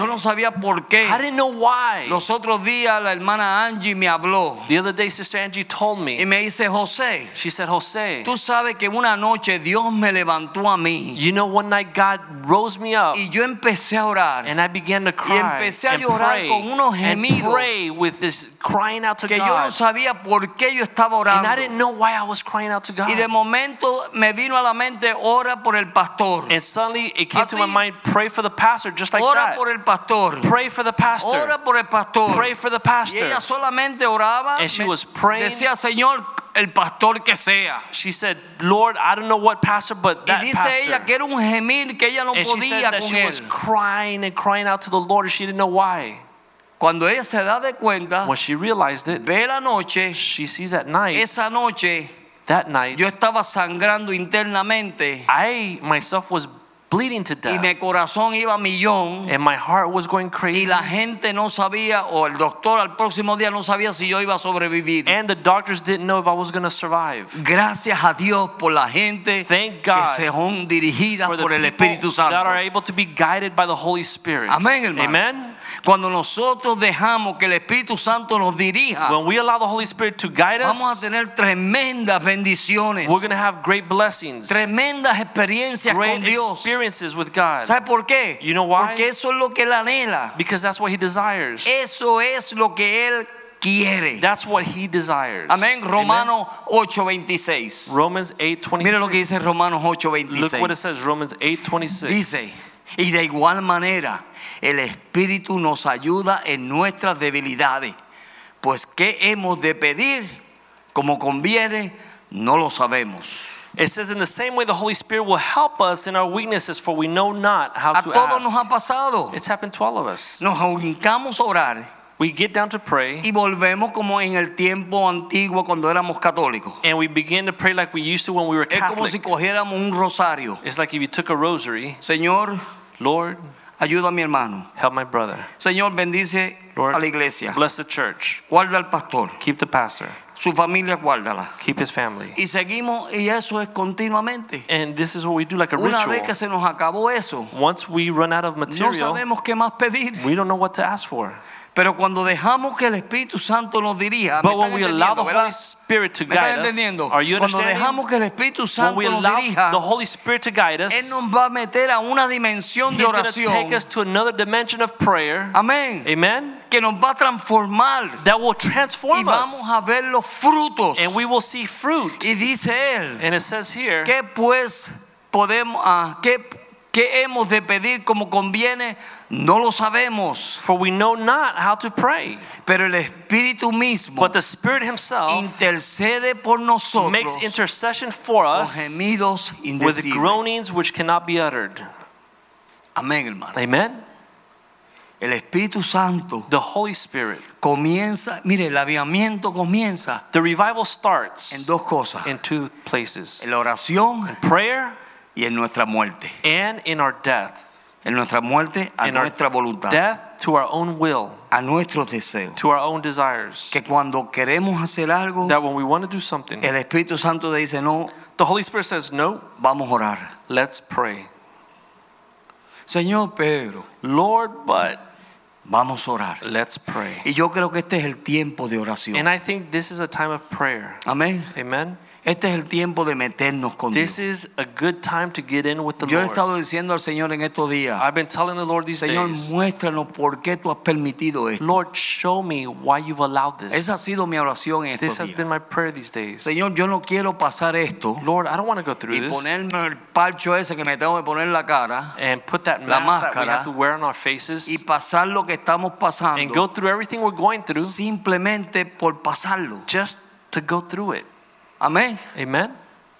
Speaker 1: no
Speaker 2: cry.
Speaker 1: sabía por qué.
Speaker 2: I didn't know why.
Speaker 1: Los otros días la hermana Angie me habló
Speaker 2: The other day, Sister Angie told
Speaker 1: y
Speaker 2: me,
Speaker 1: me dice, José,
Speaker 2: She said, Jose,
Speaker 1: tú sabes que una noche Dios me levantó a mí
Speaker 2: You know, one night God rose me up
Speaker 1: y yo empecé a orar.
Speaker 2: and I began to cry
Speaker 1: empecé a
Speaker 2: and
Speaker 1: llorar
Speaker 2: pray
Speaker 1: con unos
Speaker 2: and
Speaker 1: gemidos
Speaker 2: pray with this crying out to
Speaker 1: Que yo no
Speaker 2: God.
Speaker 1: sabía por qué yo estaba
Speaker 2: And I didn't
Speaker 1: orando.
Speaker 2: know why I was crying out to God.
Speaker 1: Y de momento me vino a la mente, ora por el pastor.
Speaker 2: and suddenly it came to my
Speaker 1: Así.
Speaker 2: mind, pray for the pastor, just like
Speaker 1: Ora
Speaker 2: that.
Speaker 1: por el pastor.
Speaker 2: Pray for the pastor.
Speaker 1: Ora por el pastor.
Speaker 2: Pray for the
Speaker 1: Y
Speaker 2: pastor.
Speaker 1: ella solamente oraba.
Speaker 2: And she
Speaker 1: me-
Speaker 2: was praying.
Speaker 1: Decía, Señor, el pastor que sea.
Speaker 2: She said, Lord, I don't know what pastor, but
Speaker 1: Y
Speaker 2: that
Speaker 1: dice
Speaker 2: pastor.
Speaker 1: ella que era un gemir que ella no
Speaker 2: and she said
Speaker 1: podía
Speaker 2: that
Speaker 1: con
Speaker 2: she was
Speaker 1: él.
Speaker 2: crying and crying out to the Lord, and she didn't know why.
Speaker 1: Cuando ella se da de cuenta,
Speaker 2: When she realized it,
Speaker 1: ve la noche.
Speaker 2: she sees at night,
Speaker 1: Esa noche
Speaker 2: that night,
Speaker 1: yo estaba sangrando internamente
Speaker 2: I myself was bleeding to
Speaker 1: y
Speaker 2: death.
Speaker 1: mi corazón iba a millón.
Speaker 2: And my heart was going
Speaker 1: Y
Speaker 2: crazy.
Speaker 1: la gente no sabía, o el doctor al próximo día no sabía si yo iba a sobrevivir.
Speaker 2: And the doctors didn't know if I was going to survive.
Speaker 1: Gracias a Dios por la gente
Speaker 2: Thank
Speaker 1: que
Speaker 2: God
Speaker 1: se son dirigidas
Speaker 2: For the
Speaker 1: por el
Speaker 2: people
Speaker 1: Espíritu
Speaker 2: that
Speaker 1: Santo.
Speaker 2: are able to be guided by the Holy Spirit.
Speaker 1: Amén, hermano.
Speaker 2: Amen.
Speaker 1: Cuando nosotros dejamos que el Espíritu Santo nos dirija,
Speaker 2: When we allow the Holy Spirit to guide
Speaker 1: Ah. vamos a
Speaker 2: us,
Speaker 1: tener tremendas bendiciones,
Speaker 2: we're going to have great blessings,
Speaker 1: tremendas experiencias con
Speaker 2: great
Speaker 1: Dios.
Speaker 2: experiences with God.
Speaker 1: ¿Sabe por qué?
Speaker 2: You know why?
Speaker 1: Porque eso es lo que él anhela.
Speaker 2: Because that's what He desires.
Speaker 1: Eh. Eso es lo que él quiere.
Speaker 2: That's what He desires.
Speaker 1: Amén.
Speaker 2: Amen.
Speaker 1: Romanos 8:26.
Speaker 2: Romans 8
Speaker 1: Mira lo que dice Romanos
Speaker 2: Look what it
Speaker 1: 8:26.
Speaker 2: says, Romans 8 26.
Speaker 1: Dice, y de igual manera, el Espíritu nos ayuda en nuestras debilidades. Pues qué hemos de pedir como conviene, no lo sabemos.
Speaker 2: It says, in the same way, the Holy Spirit will help us in our weaknesses, for we know not how
Speaker 1: A
Speaker 2: to
Speaker 1: todos nos
Speaker 2: ask.
Speaker 1: ha pasado.
Speaker 2: It's happened to all of us.
Speaker 1: Nos ahuncamos a orar
Speaker 2: We get down to pray
Speaker 1: y volvemos como en el tiempo antiguo cuando éramos católicos.
Speaker 2: and we begin to pray like we used to when we were
Speaker 1: Es como si
Speaker 2: Catholic.
Speaker 1: cogiéramos un rosario.
Speaker 2: It's like if you took a rosary,
Speaker 1: Señor,
Speaker 2: Lord,
Speaker 1: ayuda a mi hermano.
Speaker 2: help my brother.
Speaker 1: Señor, bendice
Speaker 2: Lord,
Speaker 1: a la iglesia.
Speaker 2: Bless the church.
Speaker 1: Guarda al pastor.
Speaker 2: Keep the pastor.
Speaker 1: Su familia, guárdala.
Speaker 2: Keep his family.
Speaker 1: Y seguimos, y eso es continuamente.
Speaker 2: And this is what we do like a
Speaker 1: Una vez
Speaker 2: ritual.
Speaker 1: que se nos acabó eso,
Speaker 2: Once we run out of
Speaker 1: no
Speaker 2: material,
Speaker 1: sabemos qué más pedir.
Speaker 2: we don't know what to ask for.
Speaker 1: Pero cuando dejamos que el Espíritu Santo nos dirija, ¿me
Speaker 2: But when
Speaker 1: están
Speaker 2: we allow the
Speaker 1: entendiendo,
Speaker 2: Holy
Speaker 1: verdad?
Speaker 2: Spirit to
Speaker 1: ¿Me están
Speaker 2: guide us,
Speaker 1: entendiendo?
Speaker 2: are you
Speaker 1: Cuando
Speaker 2: understanding?
Speaker 1: dejamos que el Espíritu
Speaker 2: When we
Speaker 1: Santo nos
Speaker 2: allow
Speaker 1: dirija,
Speaker 2: the Holy Spirit to guide
Speaker 1: Él
Speaker 2: us,
Speaker 1: nos va a meter a una dimensión de
Speaker 2: He's going to
Speaker 1: oración.
Speaker 2: take us to another dimension of prayer.
Speaker 1: Amén.
Speaker 2: Amen.
Speaker 1: Que nos va a transformar.
Speaker 2: That will
Speaker 1: y
Speaker 2: transform
Speaker 1: vamos
Speaker 2: us.
Speaker 1: a ver los frutos.
Speaker 2: And we will see fruit.
Speaker 1: Y dice él,
Speaker 2: And it says here,
Speaker 1: ¿qué pues podemos, ah, qué, qué hemos de pedir como conviene? No lo sabemos,
Speaker 2: for we know not how to pray.
Speaker 1: pero el Espíritu mismo
Speaker 2: But the Spirit Himself
Speaker 1: intercede por nosotros
Speaker 2: makes intercession for
Speaker 1: con
Speaker 2: us
Speaker 1: gemidos
Speaker 2: with
Speaker 1: indecibles.
Speaker 2: groanings which cannot be uttered.
Speaker 1: Amén, hermano.
Speaker 2: Amen.
Speaker 1: El Espíritu Santo
Speaker 2: The Holy Spirit.
Speaker 1: comienza, mire, el avivamiento comienza
Speaker 2: The revival
Speaker 1: en
Speaker 2: starts
Speaker 1: dos cosas,
Speaker 2: in two places
Speaker 1: en la oración
Speaker 2: prayer
Speaker 1: y en nuestra muerte,
Speaker 2: and in our death.
Speaker 1: en nuestra muerte a
Speaker 2: In our
Speaker 1: nuestra voluntad,
Speaker 2: Death to our own will,
Speaker 1: a nuestros deseos.
Speaker 2: to our own desires.
Speaker 1: que cuando queremos hacer algo,
Speaker 2: That when we want to do something,
Speaker 1: el Espíritu Santo te dice, no,
Speaker 2: the Holy Spirit says, No,
Speaker 1: vamos a orar.
Speaker 2: let's pray.
Speaker 1: Señor Pedro,
Speaker 2: Lord, but
Speaker 1: vamos a orar.
Speaker 2: let's pray.
Speaker 1: Y yo creo que este es el tiempo de oración.
Speaker 2: And I think this is a time of prayer.
Speaker 1: Amén.
Speaker 2: Amen.
Speaker 1: Este es el tiempo de meternos con
Speaker 2: This
Speaker 1: Dios.
Speaker 2: is a good time to get in with the
Speaker 1: Yo le he
Speaker 2: Lord.
Speaker 1: estado diciendo al Señor en estos días,
Speaker 2: I've been telling the Lord these
Speaker 1: Señor,
Speaker 2: days,
Speaker 1: muéstranos por qué tú has permitido esto.
Speaker 2: Lord, show me why you've allowed
Speaker 1: Esa ha
Speaker 2: this.
Speaker 1: sido mi oración en
Speaker 2: This
Speaker 1: estos
Speaker 2: has
Speaker 1: días.
Speaker 2: been my prayer these days.
Speaker 1: Señor, yo no quiero pasar esto
Speaker 2: Lord, I don't want to go through
Speaker 1: y
Speaker 2: this
Speaker 1: ponerme el parcho ese que me tengo que poner en la cara
Speaker 2: and put that
Speaker 1: la
Speaker 2: mask that we
Speaker 1: máscara
Speaker 2: have to wear on our
Speaker 1: y
Speaker 2: faces
Speaker 1: pasar lo que estamos
Speaker 2: and
Speaker 1: pasando
Speaker 2: go through everything we're going through
Speaker 1: simplemente por pasarlo.
Speaker 2: just to go through it.
Speaker 1: Amén.
Speaker 2: Amen.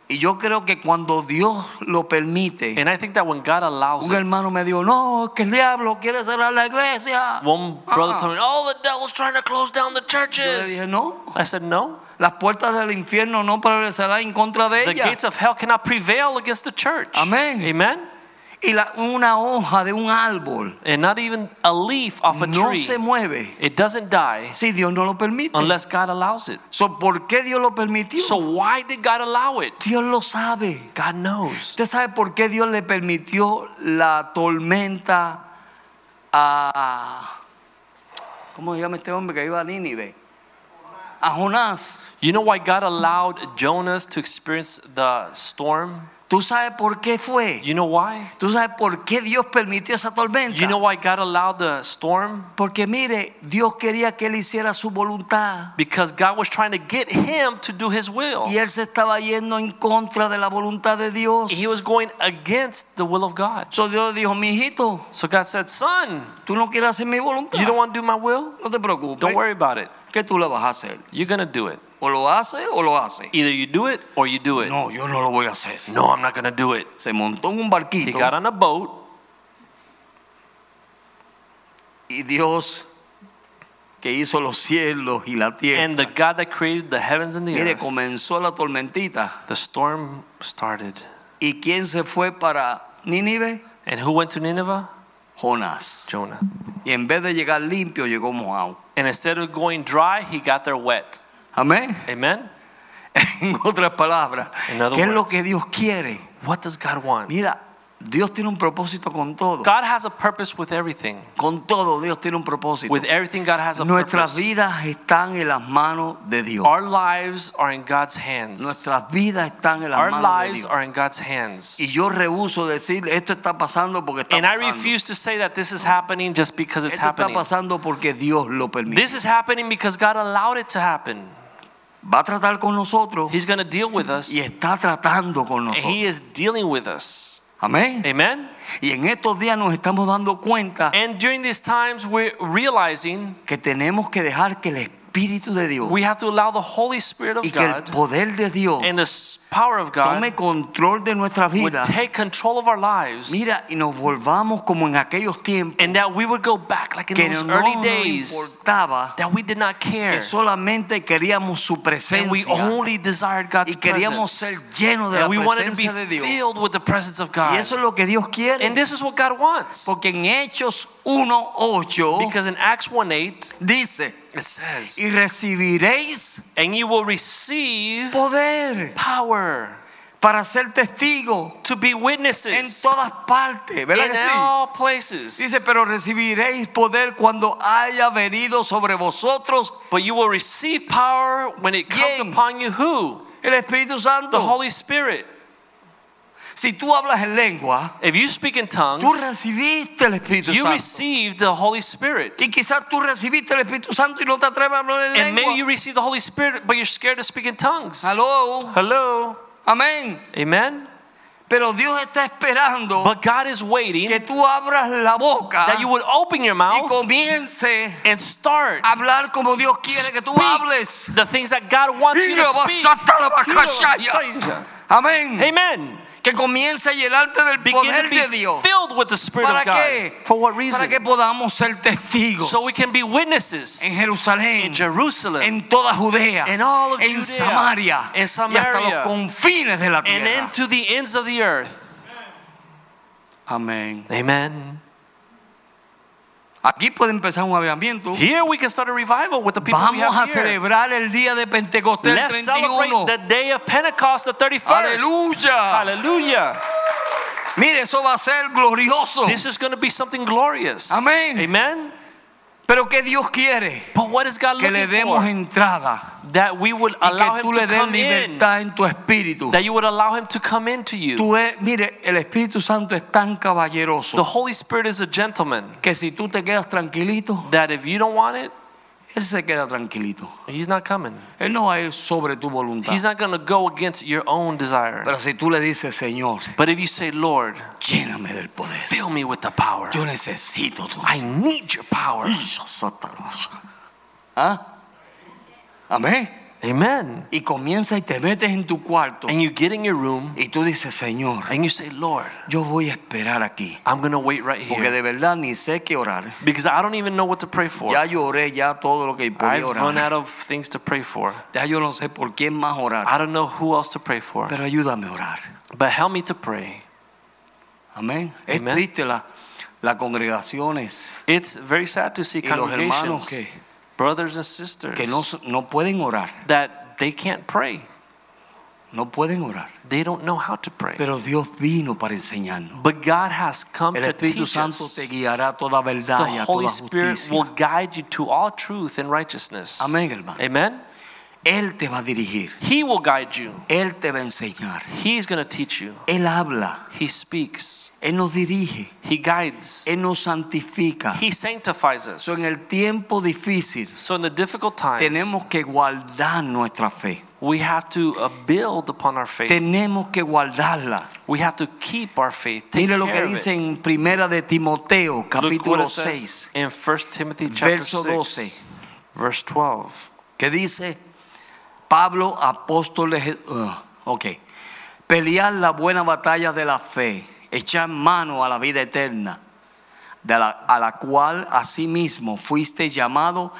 Speaker 1: Y yo creo que cuando Dios lo permite,
Speaker 2: And I think that when God allows
Speaker 1: un
Speaker 2: it,
Speaker 1: hermano me dijo, no, es que el diablo quiere cerrar la iglesia.
Speaker 2: one brother
Speaker 1: Ah.
Speaker 2: told me, "Oh, the devil's trying to close down the
Speaker 1: Yo le dije,
Speaker 2: churches."
Speaker 1: no,
Speaker 2: I said, "No,
Speaker 1: las puertas del infierno no prevalecerán en contra de
Speaker 2: the
Speaker 1: ella.
Speaker 2: gates of hell cannot prevail against the church."
Speaker 1: Amén.
Speaker 2: Amen.
Speaker 1: Y la- una hoja de un árbol
Speaker 2: And not even a leaf off a
Speaker 1: no
Speaker 2: tree.
Speaker 1: se mueve
Speaker 2: It doesn't die
Speaker 1: si Dios no lo permite.
Speaker 2: unless God allows it.
Speaker 1: So, ¿Por qué Dios lo permitió?
Speaker 2: So why did God allow it?
Speaker 1: Dios lo sabe.
Speaker 2: God knows.
Speaker 1: ¿Usted sabe por qué Dios le permitió la tormenta a... ¿Cómo se llama este hombre que iba a Nínive? A Jonás.
Speaker 2: You know why God allowed Jonas to experience the storm?
Speaker 1: ¿Tú sabes por qué fue?
Speaker 2: You know why?
Speaker 1: ¿Tú sabes por qué Dios permitió esa tormenta?
Speaker 2: You know why God allowed the storm?
Speaker 1: Porque mire, Dios quería que él hiciera su voluntad.
Speaker 2: Because God was trying to get him to do his will.
Speaker 1: Y él se estaba yendo en contra de la voluntad de Dios.
Speaker 2: He was going against the will of God.
Speaker 1: So Dios le dijo, mi hijito,
Speaker 2: So God said, Son,
Speaker 1: tú no quieres hacer mi voluntad.
Speaker 2: you don't want to do my will?
Speaker 1: No te preocupes,
Speaker 2: Don't worry about it.
Speaker 1: que tú la vas a hacer.
Speaker 2: You're going to do it.
Speaker 1: O lo hace o lo hace.
Speaker 2: Either you do it or you do it.
Speaker 1: No, yo no lo voy a hacer.
Speaker 2: No, I'm not going to do it.
Speaker 1: Se montó en un
Speaker 2: He
Speaker 1: barquito
Speaker 2: got on a boat,
Speaker 1: y Dios que hizo los cielos y la tierra.
Speaker 2: and the God that created the heavens and the
Speaker 1: Mire,
Speaker 2: earth,
Speaker 1: comenzó la tormentita.
Speaker 2: the storm started.
Speaker 1: ¿Y quién se fue para Nínive?
Speaker 2: And who went to Nineveh?
Speaker 1: Jonás.
Speaker 2: Jonah.
Speaker 1: Y en vez de llegar limpio, llegó mojado.
Speaker 2: And instead of going dry, he got there wet.
Speaker 1: Amén.
Speaker 2: Amen?
Speaker 1: En otras palabras,
Speaker 2: In other
Speaker 1: ¿qué es lo
Speaker 2: words.
Speaker 1: que Dios quiere?
Speaker 2: What does God want?
Speaker 1: Mira, Dios tiene un propósito con todo.
Speaker 2: God has a purpose with everything.
Speaker 1: Con todo, Dios tiene un propósito.
Speaker 2: With everything, God has a
Speaker 1: Nuestras
Speaker 2: purpose.
Speaker 1: vidas están en las manos de Dios.
Speaker 2: Our lives are in God's hands.
Speaker 1: Nuestras vidas están en las
Speaker 2: Our
Speaker 1: manos de
Speaker 2: lives
Speaker 1: Dios.
Speaker 2: are in God's hands.
Speaker 1: Y yo rehuso decir, esto está pasando porque está
Speaker 2: And I
Speaker 1: pasando.
Speaker 2: refuse to say that this is happening just because it's
Speaker 1: Esto está
Speaker 2: happening.
Speaker 1: pasando porque Dios lo permite.
Speaker 2: This is happening because God allowed it to happen.
Speaker 1: Va a tratar con nosotros
Speaker 2: He's going to deal with us.
Speaker 1: y está tratando con
Speaker 2: And
Speaker 1: nosotros.
Speaker 2: He is dealing with us.
Speaker 1: Amén.
Speaker 2: Amen.
Speaker 1: Y en estos días nos estamos dando cuenta
Speaker 2: And during these times, we're realizing
Speaker 1: que tenemos que dejar que el Espíritu de Dios
Speaker 2: we have to allow the Holy Spirit
Speaker 1: y
Speaker 2: of
Speaker 1: que el
Speaker 2: God
Speaker 1: poder de Dios
Speaker 2: and the s- power of God
Speaker 1: tome control de nuestra
Speaker 2: would
Speaker 1: vida.
Speaker 2: take control of our lives.
Speaker 1: Mira, y nos volvamos como en aquellos tiempos
Speaker 2: And that we would go back, like in
Speaker 1: que
Speaker 2: those
Speaker 1: no
Speaker 2: early
Speaker 1: nos
Speaker 2: days,
Speaker 1: importaba
Speaker 2: that we did not care.
Speaker 1: que solamente queríamos su
Speaker 2: And we
Speaker 1: presencia
Speaker 2: only desired
Speaker 1: y
Speaker 2: God's
Speaker 1: queríamos ser
Speaker 2: presence.
Speaker 1: llenos de la
Speaker 2: And we wanted to be
Speaker 1: presencia de Dios.
Speaker 2: filled with the presence of
Speaker 1: Y
Speaker 2: God.
Speaker 1: eso es lo que Dios quiere.
Speaker 2: And this is what God wants.
Speaker 1: Porque en Hechos 1.8
Speaker 2: Because in Acts 1 8,
Speaker 1: dice,
Speaker 2: it says,
Speaker 1: y recibiréis
Speaker 2: And you will receive
Speaker 1: poder
Speaker 2: power
Speaker 1: para ser testigo
Speaker 2: to be
Speaker 1: en
Speaker 2: witnesses
Speaker 1: todas partes, ¿verdad
Speaker 2: in
Speaker 1: que sí?
Speaker 2: all places.
Speaker 1: Dice, pero recibiréis poder cuando haya venido sobre vosotros
Speaker 2: But you will receive power when it comes
Speaker 1: ¿Quién?
Speaker 2: upon you. Who?
Speaker 1: el Espíritu
Speaker 2: The
Speaker 1: Santo.
Speaker 2: Holy Spirit.
Speaker 1: Si tú hablas en lengua,
Speaker 2: If you speak in tongues,
Speaker 1: tú recibiste el Espíritu
Speaker 2: you
Speaker 1: Santo.
Speaker 2: receive the Holy Spirit.
Speaker 1: Y quizás tú recibiste el Espíritu Santo y no te atreves a hablar en
Speaker 2: And maybe
Speaker 1: lengua.
Speaker 2: you receive the Holy Spirit, but you're scared to speak in tongues.
Speaker 1: Aló,
Speaker 2: Hello.
Speaker 1: amén.
Speaker 2: Amen.
Speaker 1: Pero Dios está esperando
Speaker 2: But God is waiting
Speaker 1: que tú abras la boca
Speaker 2: that you would open your
Speaker 1: y
Speaker 2: mouth
Speaker 1: comience
Speaker 2: and start
Speaker 1: a hablar como Dios quiere que tú
Speaker 2: Speak
Speaker 1: hables.
Speaker 2: the things that God wants you to speak.
Speaker 1: Amén.
Speaker 2: Amen.
Speaker 1: Que comience a llenarte del
Speaker 2: Begin
Speaker 1: poder
Speaker 2: to
Speaker 1: de
Speaker 2: be
Speaker 1: Dios.
Speaker 2: filled with the Spirit
Speaker 1: ¿Para
Speaker 2: of God.
Speaker 1: qué?
Speaker 2: For what
Speaker 1: Para
Speaker 2: reason?
Speaker 1: que podamos ser testigos
Speaker 2: So we can be witnesses
Speaker 1: en Jerusalén,
Speaker 2: in Jerusalem
Speaker 1: en toda Judea,
Speaker 2: in all of
Speaker 1: en
Speaker 2: Judea,
Speaker 1: Samaria,
Speaker 2: in
Speaker 1: y hasta los
Speaker 2: Samaria,
Speaker 1: confines de la
Speaker 2: and
Speaker 1: tierra.
Speaker 2: into the ends of the earth.
Speaker 1: Amén.
Speaker 2: Amen.
Speaker 1: Aquí puede empezar un avivamiento.
Speaker 2: Here we can start a revival with the people we
Speaker 1: Vamos a
Speaker 2: have here.
Speaker 1: celebrar el día de Pentecostés el
Speaker 2: Let's celebrate
Speaker 1: 31.
Speaker 2: the day of Pentecost, the 31st.
Speaker 1: Aleluya.
Speaker 2: Hallelujah.
Speaker 1: Mire, eso va a ser glorioso.
Speaker 2: This is going to be something glorious.
Speaker 1: Amén.
Speaker 2: Amen.
Speaker 1: Pero que Dios quiere
Speaker 2: But what is God
Speaker 1: que
Speaker 2: looking
Speaker 1: le demos
Speaker 2: for?
Speaker 1: entrada
Speaker 2: That we would
Speaker 1: y
Speaker 2: allow
Speaker 1: que
Speaker 2: Him
Speaker 1: tú le
Speaker 2: to
Speaker 1: des
Speaker 2: come in.
Speaker 1: libertad en tu espíritu.
Speaker 2: That you would allow Him to come into you.
Speaker 1: Tú es- mire, el Espíritu Santo es tan
Speaker 2: The
Speaker 1: caballeroso
Speaker 2: Holy Spirit is a gentleman.
Speaker 1: que si tú te quedas tranquilito,
Speaker 2: That if you don't want it,
Speaker 1: Él se queda tranquilito.
Speaker 2: He's not coming.
Speaker 1: Él no va a ir sobre tu voluntad.
Speaker 2: He's not going to go against your own desire.
Speaker 1: Pero si tú le dices, Señor,
Speaker 2: But if you say, Lord,
Speaker 1: lléname del poder.
Speaker 2: fill me with the power.
Speaker 1: Yo necesito tu
Speaker 2: I need your power.
Speaker 1: ¿Ah? Amén.
Speaker 2: Amen.
Speaker 1: Y comienza y te metes en tu cuarto.
Speaker 2: And you get in your room
Speaker 1: Y tú dices, Señor,
Speaker 2: and you say, Lord,
Speaker 1: yo voy a esperar aquí.
Speaker 2: I'm going to wait right
Speaker 1: Porque
Speaker 2: here
Speaker 1: de verdad ni sé qué orar.
Speaker 2: because I don't even know what to pray for.
Speaker 1: Ya yo oré ya todo lo que podía
Speaker 2: I've run
Speaker 1: orar.
Speaker 2: out of things to pray for.
Speaker 1: Ya yo no sé por quién más orar.
Speaker 2: I don't know who else to pray for.
Speaker 1: Pero ayúdame a orar.
Speaker 2: But help me to pray.
Speaker 1: Amén. Es
Speaker 2: Amén.
Speaker 1: triste la- las congregaciones
Speaker 2: It's very sad to see
Speaker 1: y los hermanos
Speaker 2: congregations,
Speaker 1: que,
Speaker 2: brothers and sisters,
Speaker 1: que no, no pueden orar.
Speaker 2: that they can't pray.
Speaker 1: No pueden orar.
Speaker 2: They don't know how to pray.
Speaker 1: Pero Dios vino para enseñarnos.
Speaker 2: But God has come
Speaker 1: El
Speaker 2: to
Speaker 1: Espíritu
Speaker 2: teach
Speaker 1: Santo te
Speaker 2: us.
Speaker 1: guiará a toda
Speaker 2: The
Speaker 1: verdad y a
Speaker 2: Holy
Speaker 1: toda
Speaker 2: Spirit
Speaker 1: justicia.
Speaker 2: will guide you to all truth and righteousness.
Speaker 1: Amén, hermano.
Speaker 2: Amen.
Speaker 1: Él te va a dirigir.
Speaker 2: He will guide you.
Speaker 1: Él te va a enseñar.
Speaker 2: He's going to teach you.
Speaker 1: Él habla.
Speaker 2: He speaks.
Speaker 1: Él nos dirige.
Speaker 2: He guides.
Speaker 1: Él nos santifica.
Speaker 2: He sanctifies us.
Speaker 1: So, en el tiempo difícil
Speaker 2: So in the difficult times,
Speaker 1: tenemos que guardar nuestra fe.
Speaker 2: we have to uh, build upon our faith.
Speaker 1: Tenemos que guardarla.
Speaker 2: we have to keep our faith. Take
Speaker 1: Mire lo que
Speaker 2: care
Speaker 1: dice
Speaker 2: of it.
Speaker 1: en Primera de Timoteo,
Speaker 2: Look what
Speaker 1: capítulo
Speaker 2: it says
Speaker 1: 6,
Speaker 2: in 1 Timothy chapter
Speaker 1: verso
Speaker 2: 6,
Speaker 1: 12,
Speaker 2: verse 12.
Speaker 1: que dice Pablo apóstol de Je- Ugh, ok. Pelear la buena batalla de la fe, echar mano a la vida eterna, de la- a la cual asimismo fuiste llamado,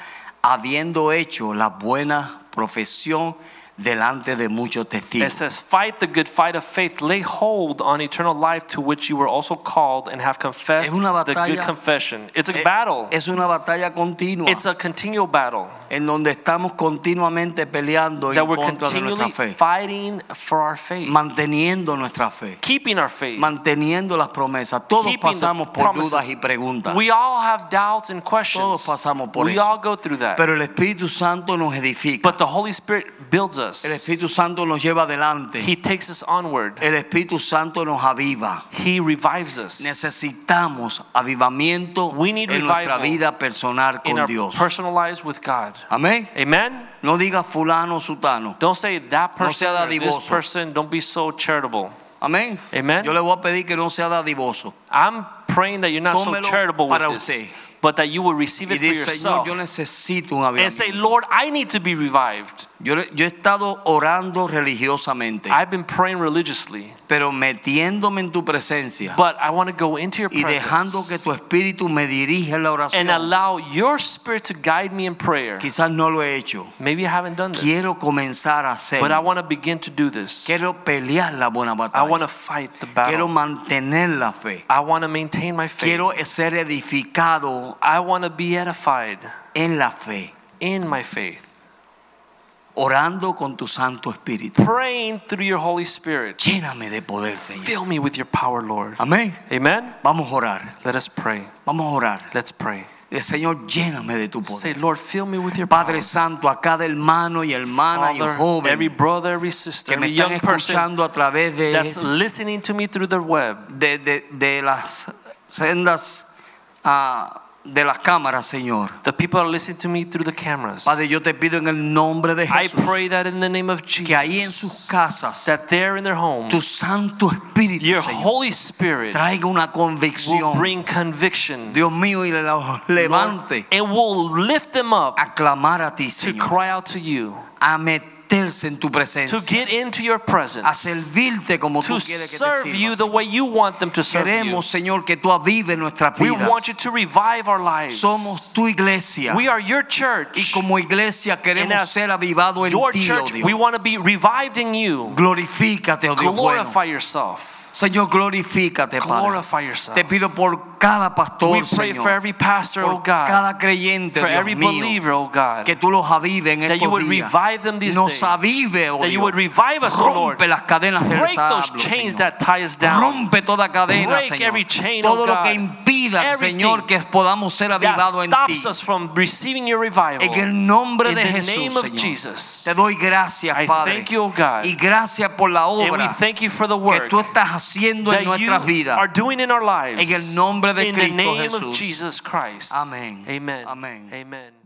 Speaker 1: habiendo hecho la buena profesión delante de muchos
Speaker 2: It
Speaker 1: testigos.
Speaker 2: says, "Fight the good fight of faith. Lay hold on eternal life, to which you were also called and have confessed
Speaker 1: Es una
Speaker 2: the good
Speaker 1: batalla-
Speaker 2: confession." It's a
Speaker 1: Eh,
Speaker 2: battle.
Speaker 1: Es una batalla continua
Speaker 2: It's a continual battle
Speaker 1: en donde estamos continuamente peleando en
Speaker 2: that we're
Speaker 1: contra de nuestra
Speaker 2: continually
Speaker 1: fe,
Speaker 2: fighting for our faith,
Speaker 1: manteniendo nuestra fe.
Speaker 2: keeping our faith.
Speaker 1: manteniendo las promesas. Todos
Speaker 2: Keeping the
Speaker 1: pasamos por
Speaker 2: promises.
Speaker 1: dudas y preguntas,
Speaker 2: We all have doubts and questions.
Speaker 1: Todos pasamos por
Speaker 2: we
Speaker 1: eso.
Speaker 2: all go through that.
Speaker 1: pero el Espíritu Santo nos edifica.
Speaker 2: but the Holy Spirit builds us.
Speaker 1: El Espíritu Santo nos lleva adelante.
Speaker 2: He takes us onward.
Speaker 1: El Espíritu Santo nos aviva.
Speaker 2: He revives us
Speaker 1: Necesitamos avivamiento
Speaker 2: We need
Speaker 1: en nuestra
Speaker 2: revival
Speaker 1: vida personal
Speaker 2: in
Speaker 1: con
Speaker 2: our
Speaker 1: Dios.
Speaker 2: personal lives with God.
Speaker 1: Amén.
Speaker 2: Amen.
Speaker 1: No diga fulano o sutano.
Speaker 2: Don't say that
Speaker 1: No sea
Speaker 2: person, or this
Speaker 1: dadivoso.
Speaker 2: person. Don't be so charitable.
Speaker 1: Amén.
Speaker 2: Amen.
Speaker 1: Yo le voy a pedir que no sea dadivoso.
Speaker 2: I'm praying that you're not so
Speaker 1: Tómelo
Speaker 2: charitable with
Speaker 1: para
Speaker 2: this,
Speaker 1: usted.
Speaker 2: but that you will receive
Speaker 1: Y
Speaker 2: it for
Speaker 1: dice, Señor,
Speaker 2: yourself
Speaker 1: yo necesito un
Speaker 2: and say,
Speaker 1: avivamiento.
Speaker 2: Lord, I need to be revived.
Speaker 1: Yo, le- yo he estado orando religiosamente,
Speaker 2: I've been praying religiously,
Speaker 1: pero metiéndome en tu presencia
Speaker 2: but I want to go into your
Speaker 1: y dejando que
Speaker 2: presence
Speaker 1: tu espíritu me dirija en la
Speaker 2: and
Speaker 1: oración.
Speaker 2: allow your spirit to guide me in prayer.
Speaker 1: Quizás no lo he hecho.
Speaker 2: Maybe I haven't done this,
Speaker 1: Quiero comenzar a
Speaker 2: but I
Speaker 1: hacerlo.
Speaker 2: want to begin to do this.
Speaker 1: Quiero pelear la buena
Speaker 2: I want
Speaker 1: batalla.
Speaker 2: to fight the
Speaker 1: Quiero
Speaker 2: battle.
Speaker 1: mantener la fe.
Speaker 2: I want to maintain my faith.
Speaker 1: Quiero ser edificado
Speaker 2: I want to be edified
Speaker 1: en la fe,
Speaker 2: in my faith,
Speaker 1: orando con tu Santo Espíritu.
Speaker 2: praying through your Holy Spirit.
Speaker 1: Lléname de poder, Señor.
Speaker 2: Fill me with your power, Lord.
Speaker 1: Amén.
Speaker 2: Amen.
Speaker 1: Vamos a orar.
Speaker 2: Let us pray.
Speaker 1: Vamos a orar.
Speaker 2: Let's pray.
Speaker 1: El Señor, lléname de tu poder.
Speaker 2: Say, Lord, fill me with your
Speaker 1: Padre
Speaker 2: power.
Speaker 1: Santo, a cada hermano y hermana y
Speaker 2: Father,
Speaker 1: joven
Speaker 2: every brother, every sister,
Speaker 1: que me
Speaker 2: every
Speaker 1: están
Speaker 2: young person
Speaker 1: escuchando a través
Speaker 2: that's
Speaker 1: de, este
Speaker 2: listening to me through the web,
Speaker 1: de, de- de las sendas ah, de las cámaras, Señor.
Speaker 2: the people that are listening to me through the cameras.
Speaker 1: Padre, yo te pido en el nombre de
Speaker 2: I
Speaker 1: Jesús
Speaker 2: pray that in the name of
Speaker 1: que ahí en sus
Speaker 2: Jesus,
Speaker 1: casas
Speaker 2: that there in their home,
Speaker 1: tu Santo Espíritu
Speaker 2: your
Speaker 1: Señor,
Speaker 2: Holy Spirit
Speaker 1: traiga una
Speaker 2: will
Speaker 1: convicción,
Speaker 2: bring conviction
Speaker 1: Dios mío, y los
Speaker 2: Lord,
Speaker 1: levante
Speaker 2: and will lift them up
Speaker 1: a clamar a ti,
Speaker 2: to
Speaker 1: Señor,
Speaker 2: cry out to you,
Speaker 1: a meterse en tu
Speaker 2: to
Speaker 1: presencia,
Speaker 2: get into your
Speaker 1: a
Speaker 2: presence,
Speaker 1: servirte como tú
Speaker 2: to
Speaker 1: quieres que
Speaker 2: serve
Speaker 1: te
Speaker 2: you
Speaker 1: sirva,
Speaker 2: the way you want them to serve you.
Speaker 1: Queremos, Señor, que tú avives nuestras
Speaker 2: We
Speaker 1: vidas.
Speaker 2: want you to revive our lives.
Speaker 1: Somos tu iglesia.
Speaker 2: We are your
Speaker 1: Y
Speaker 2: church.
Speaker 1: como iglesia
Speaker 2: And
Speaker 1: queremos
Speaker 2: as
Speaker 1: ser avivados en
Speaker 2: Your
Speaker 1: ti, oh
Speaker 2: church,
Speaker 1: Dios.
Speaker 2: we want to be revived in you.
Speaker 1: Glorifícate, oh Dios bueno.
Speaker 2: Glorify yourself.
Speaker 1: Señor, glorifícate, Padre.
Speaker 2: Glorify yourself.
Speaker 1: Te pido por cada
Speaker 2: We
Speaker 1: pastor,
Speaker 2: pray
Speaker 1: Señor,
Speaker 2: for every pastor, oh
Speaker 1: por
Speaker 2: God,
Speaker 1: cada creyente,
Speaker 2: for
Speaker 1: Dios
Speaker 2: every
Speaker 1: mío,
Speaker 2: believer, oh God,
Speaker 1: que tú los avives en
Speaker 2: that you
Speaker 1: estos
Speaker 2: would
Speaker 1: días.
Speaker 2: revive them these
Speaker 1: Nos
Speaker 2: days,
Speaker 1: avive, oh
Speaker 2: that you
Speaker 1: Dios.
Speaker 2: would revive us, oh Lord.
Speaker 1: Rompe las cadenas del
Speaker 2: Break those
Speaker 1: diablo,
Speaker 2: chains
Speaker 1: Señor.
Speaker 2: that tie us down.
Speaker 1: Rompe toda cadena,
Speaker 2: Break
Speaker 1: Señor.
Speaker 2: every chain,
Speaker 1: Todo
Speaker 2: oh
Speaker 1: lo que
Speaker 2: God.
Speaker 1: impida,
Speaker 2: Everything
Speaker 1: Señor, que podamos ser
Speaker 2: That
Speaker 1: avivados en ti.
Speaker 2: stops us from receiving your revival.
Speaker 1: En el nombre
Speaker 2: In
Speaker 1: de
Speaker 2: the
Speaker 1: Jesús,
Speaker 2: name of
Speaker 1: Señor.
Speaker 2: Jesus,
Speaker 1: Te doy gracias,
Speaker 2: I
Speaker 1: Padre.
Speaker 2: thank you, oh God,
Speaker 1: y gracias por la
Speaker 2: and we
Speaker 1: obra
Speaker 2: thank you for the
Speaker 1: que
Speaker 2: work
Speaker 1: tú estás haciendo en
Speaker 2: that
Speaker 1: nuestras
Speaker 2: you
Speaker 1: vidas.
Speaker 2: are doing in our lives.
Speaker 1: En el nombre de
Speaker 2: in
Speaker 1: Cristo
Speaker 2: the name of
Speaker 1: Jesús.
Speaker 2: Jesus Christ.
Speaker 1: Amén.
Speaker 2: Amen.
Speaker 1: Amén.
Speaker 2: Amen.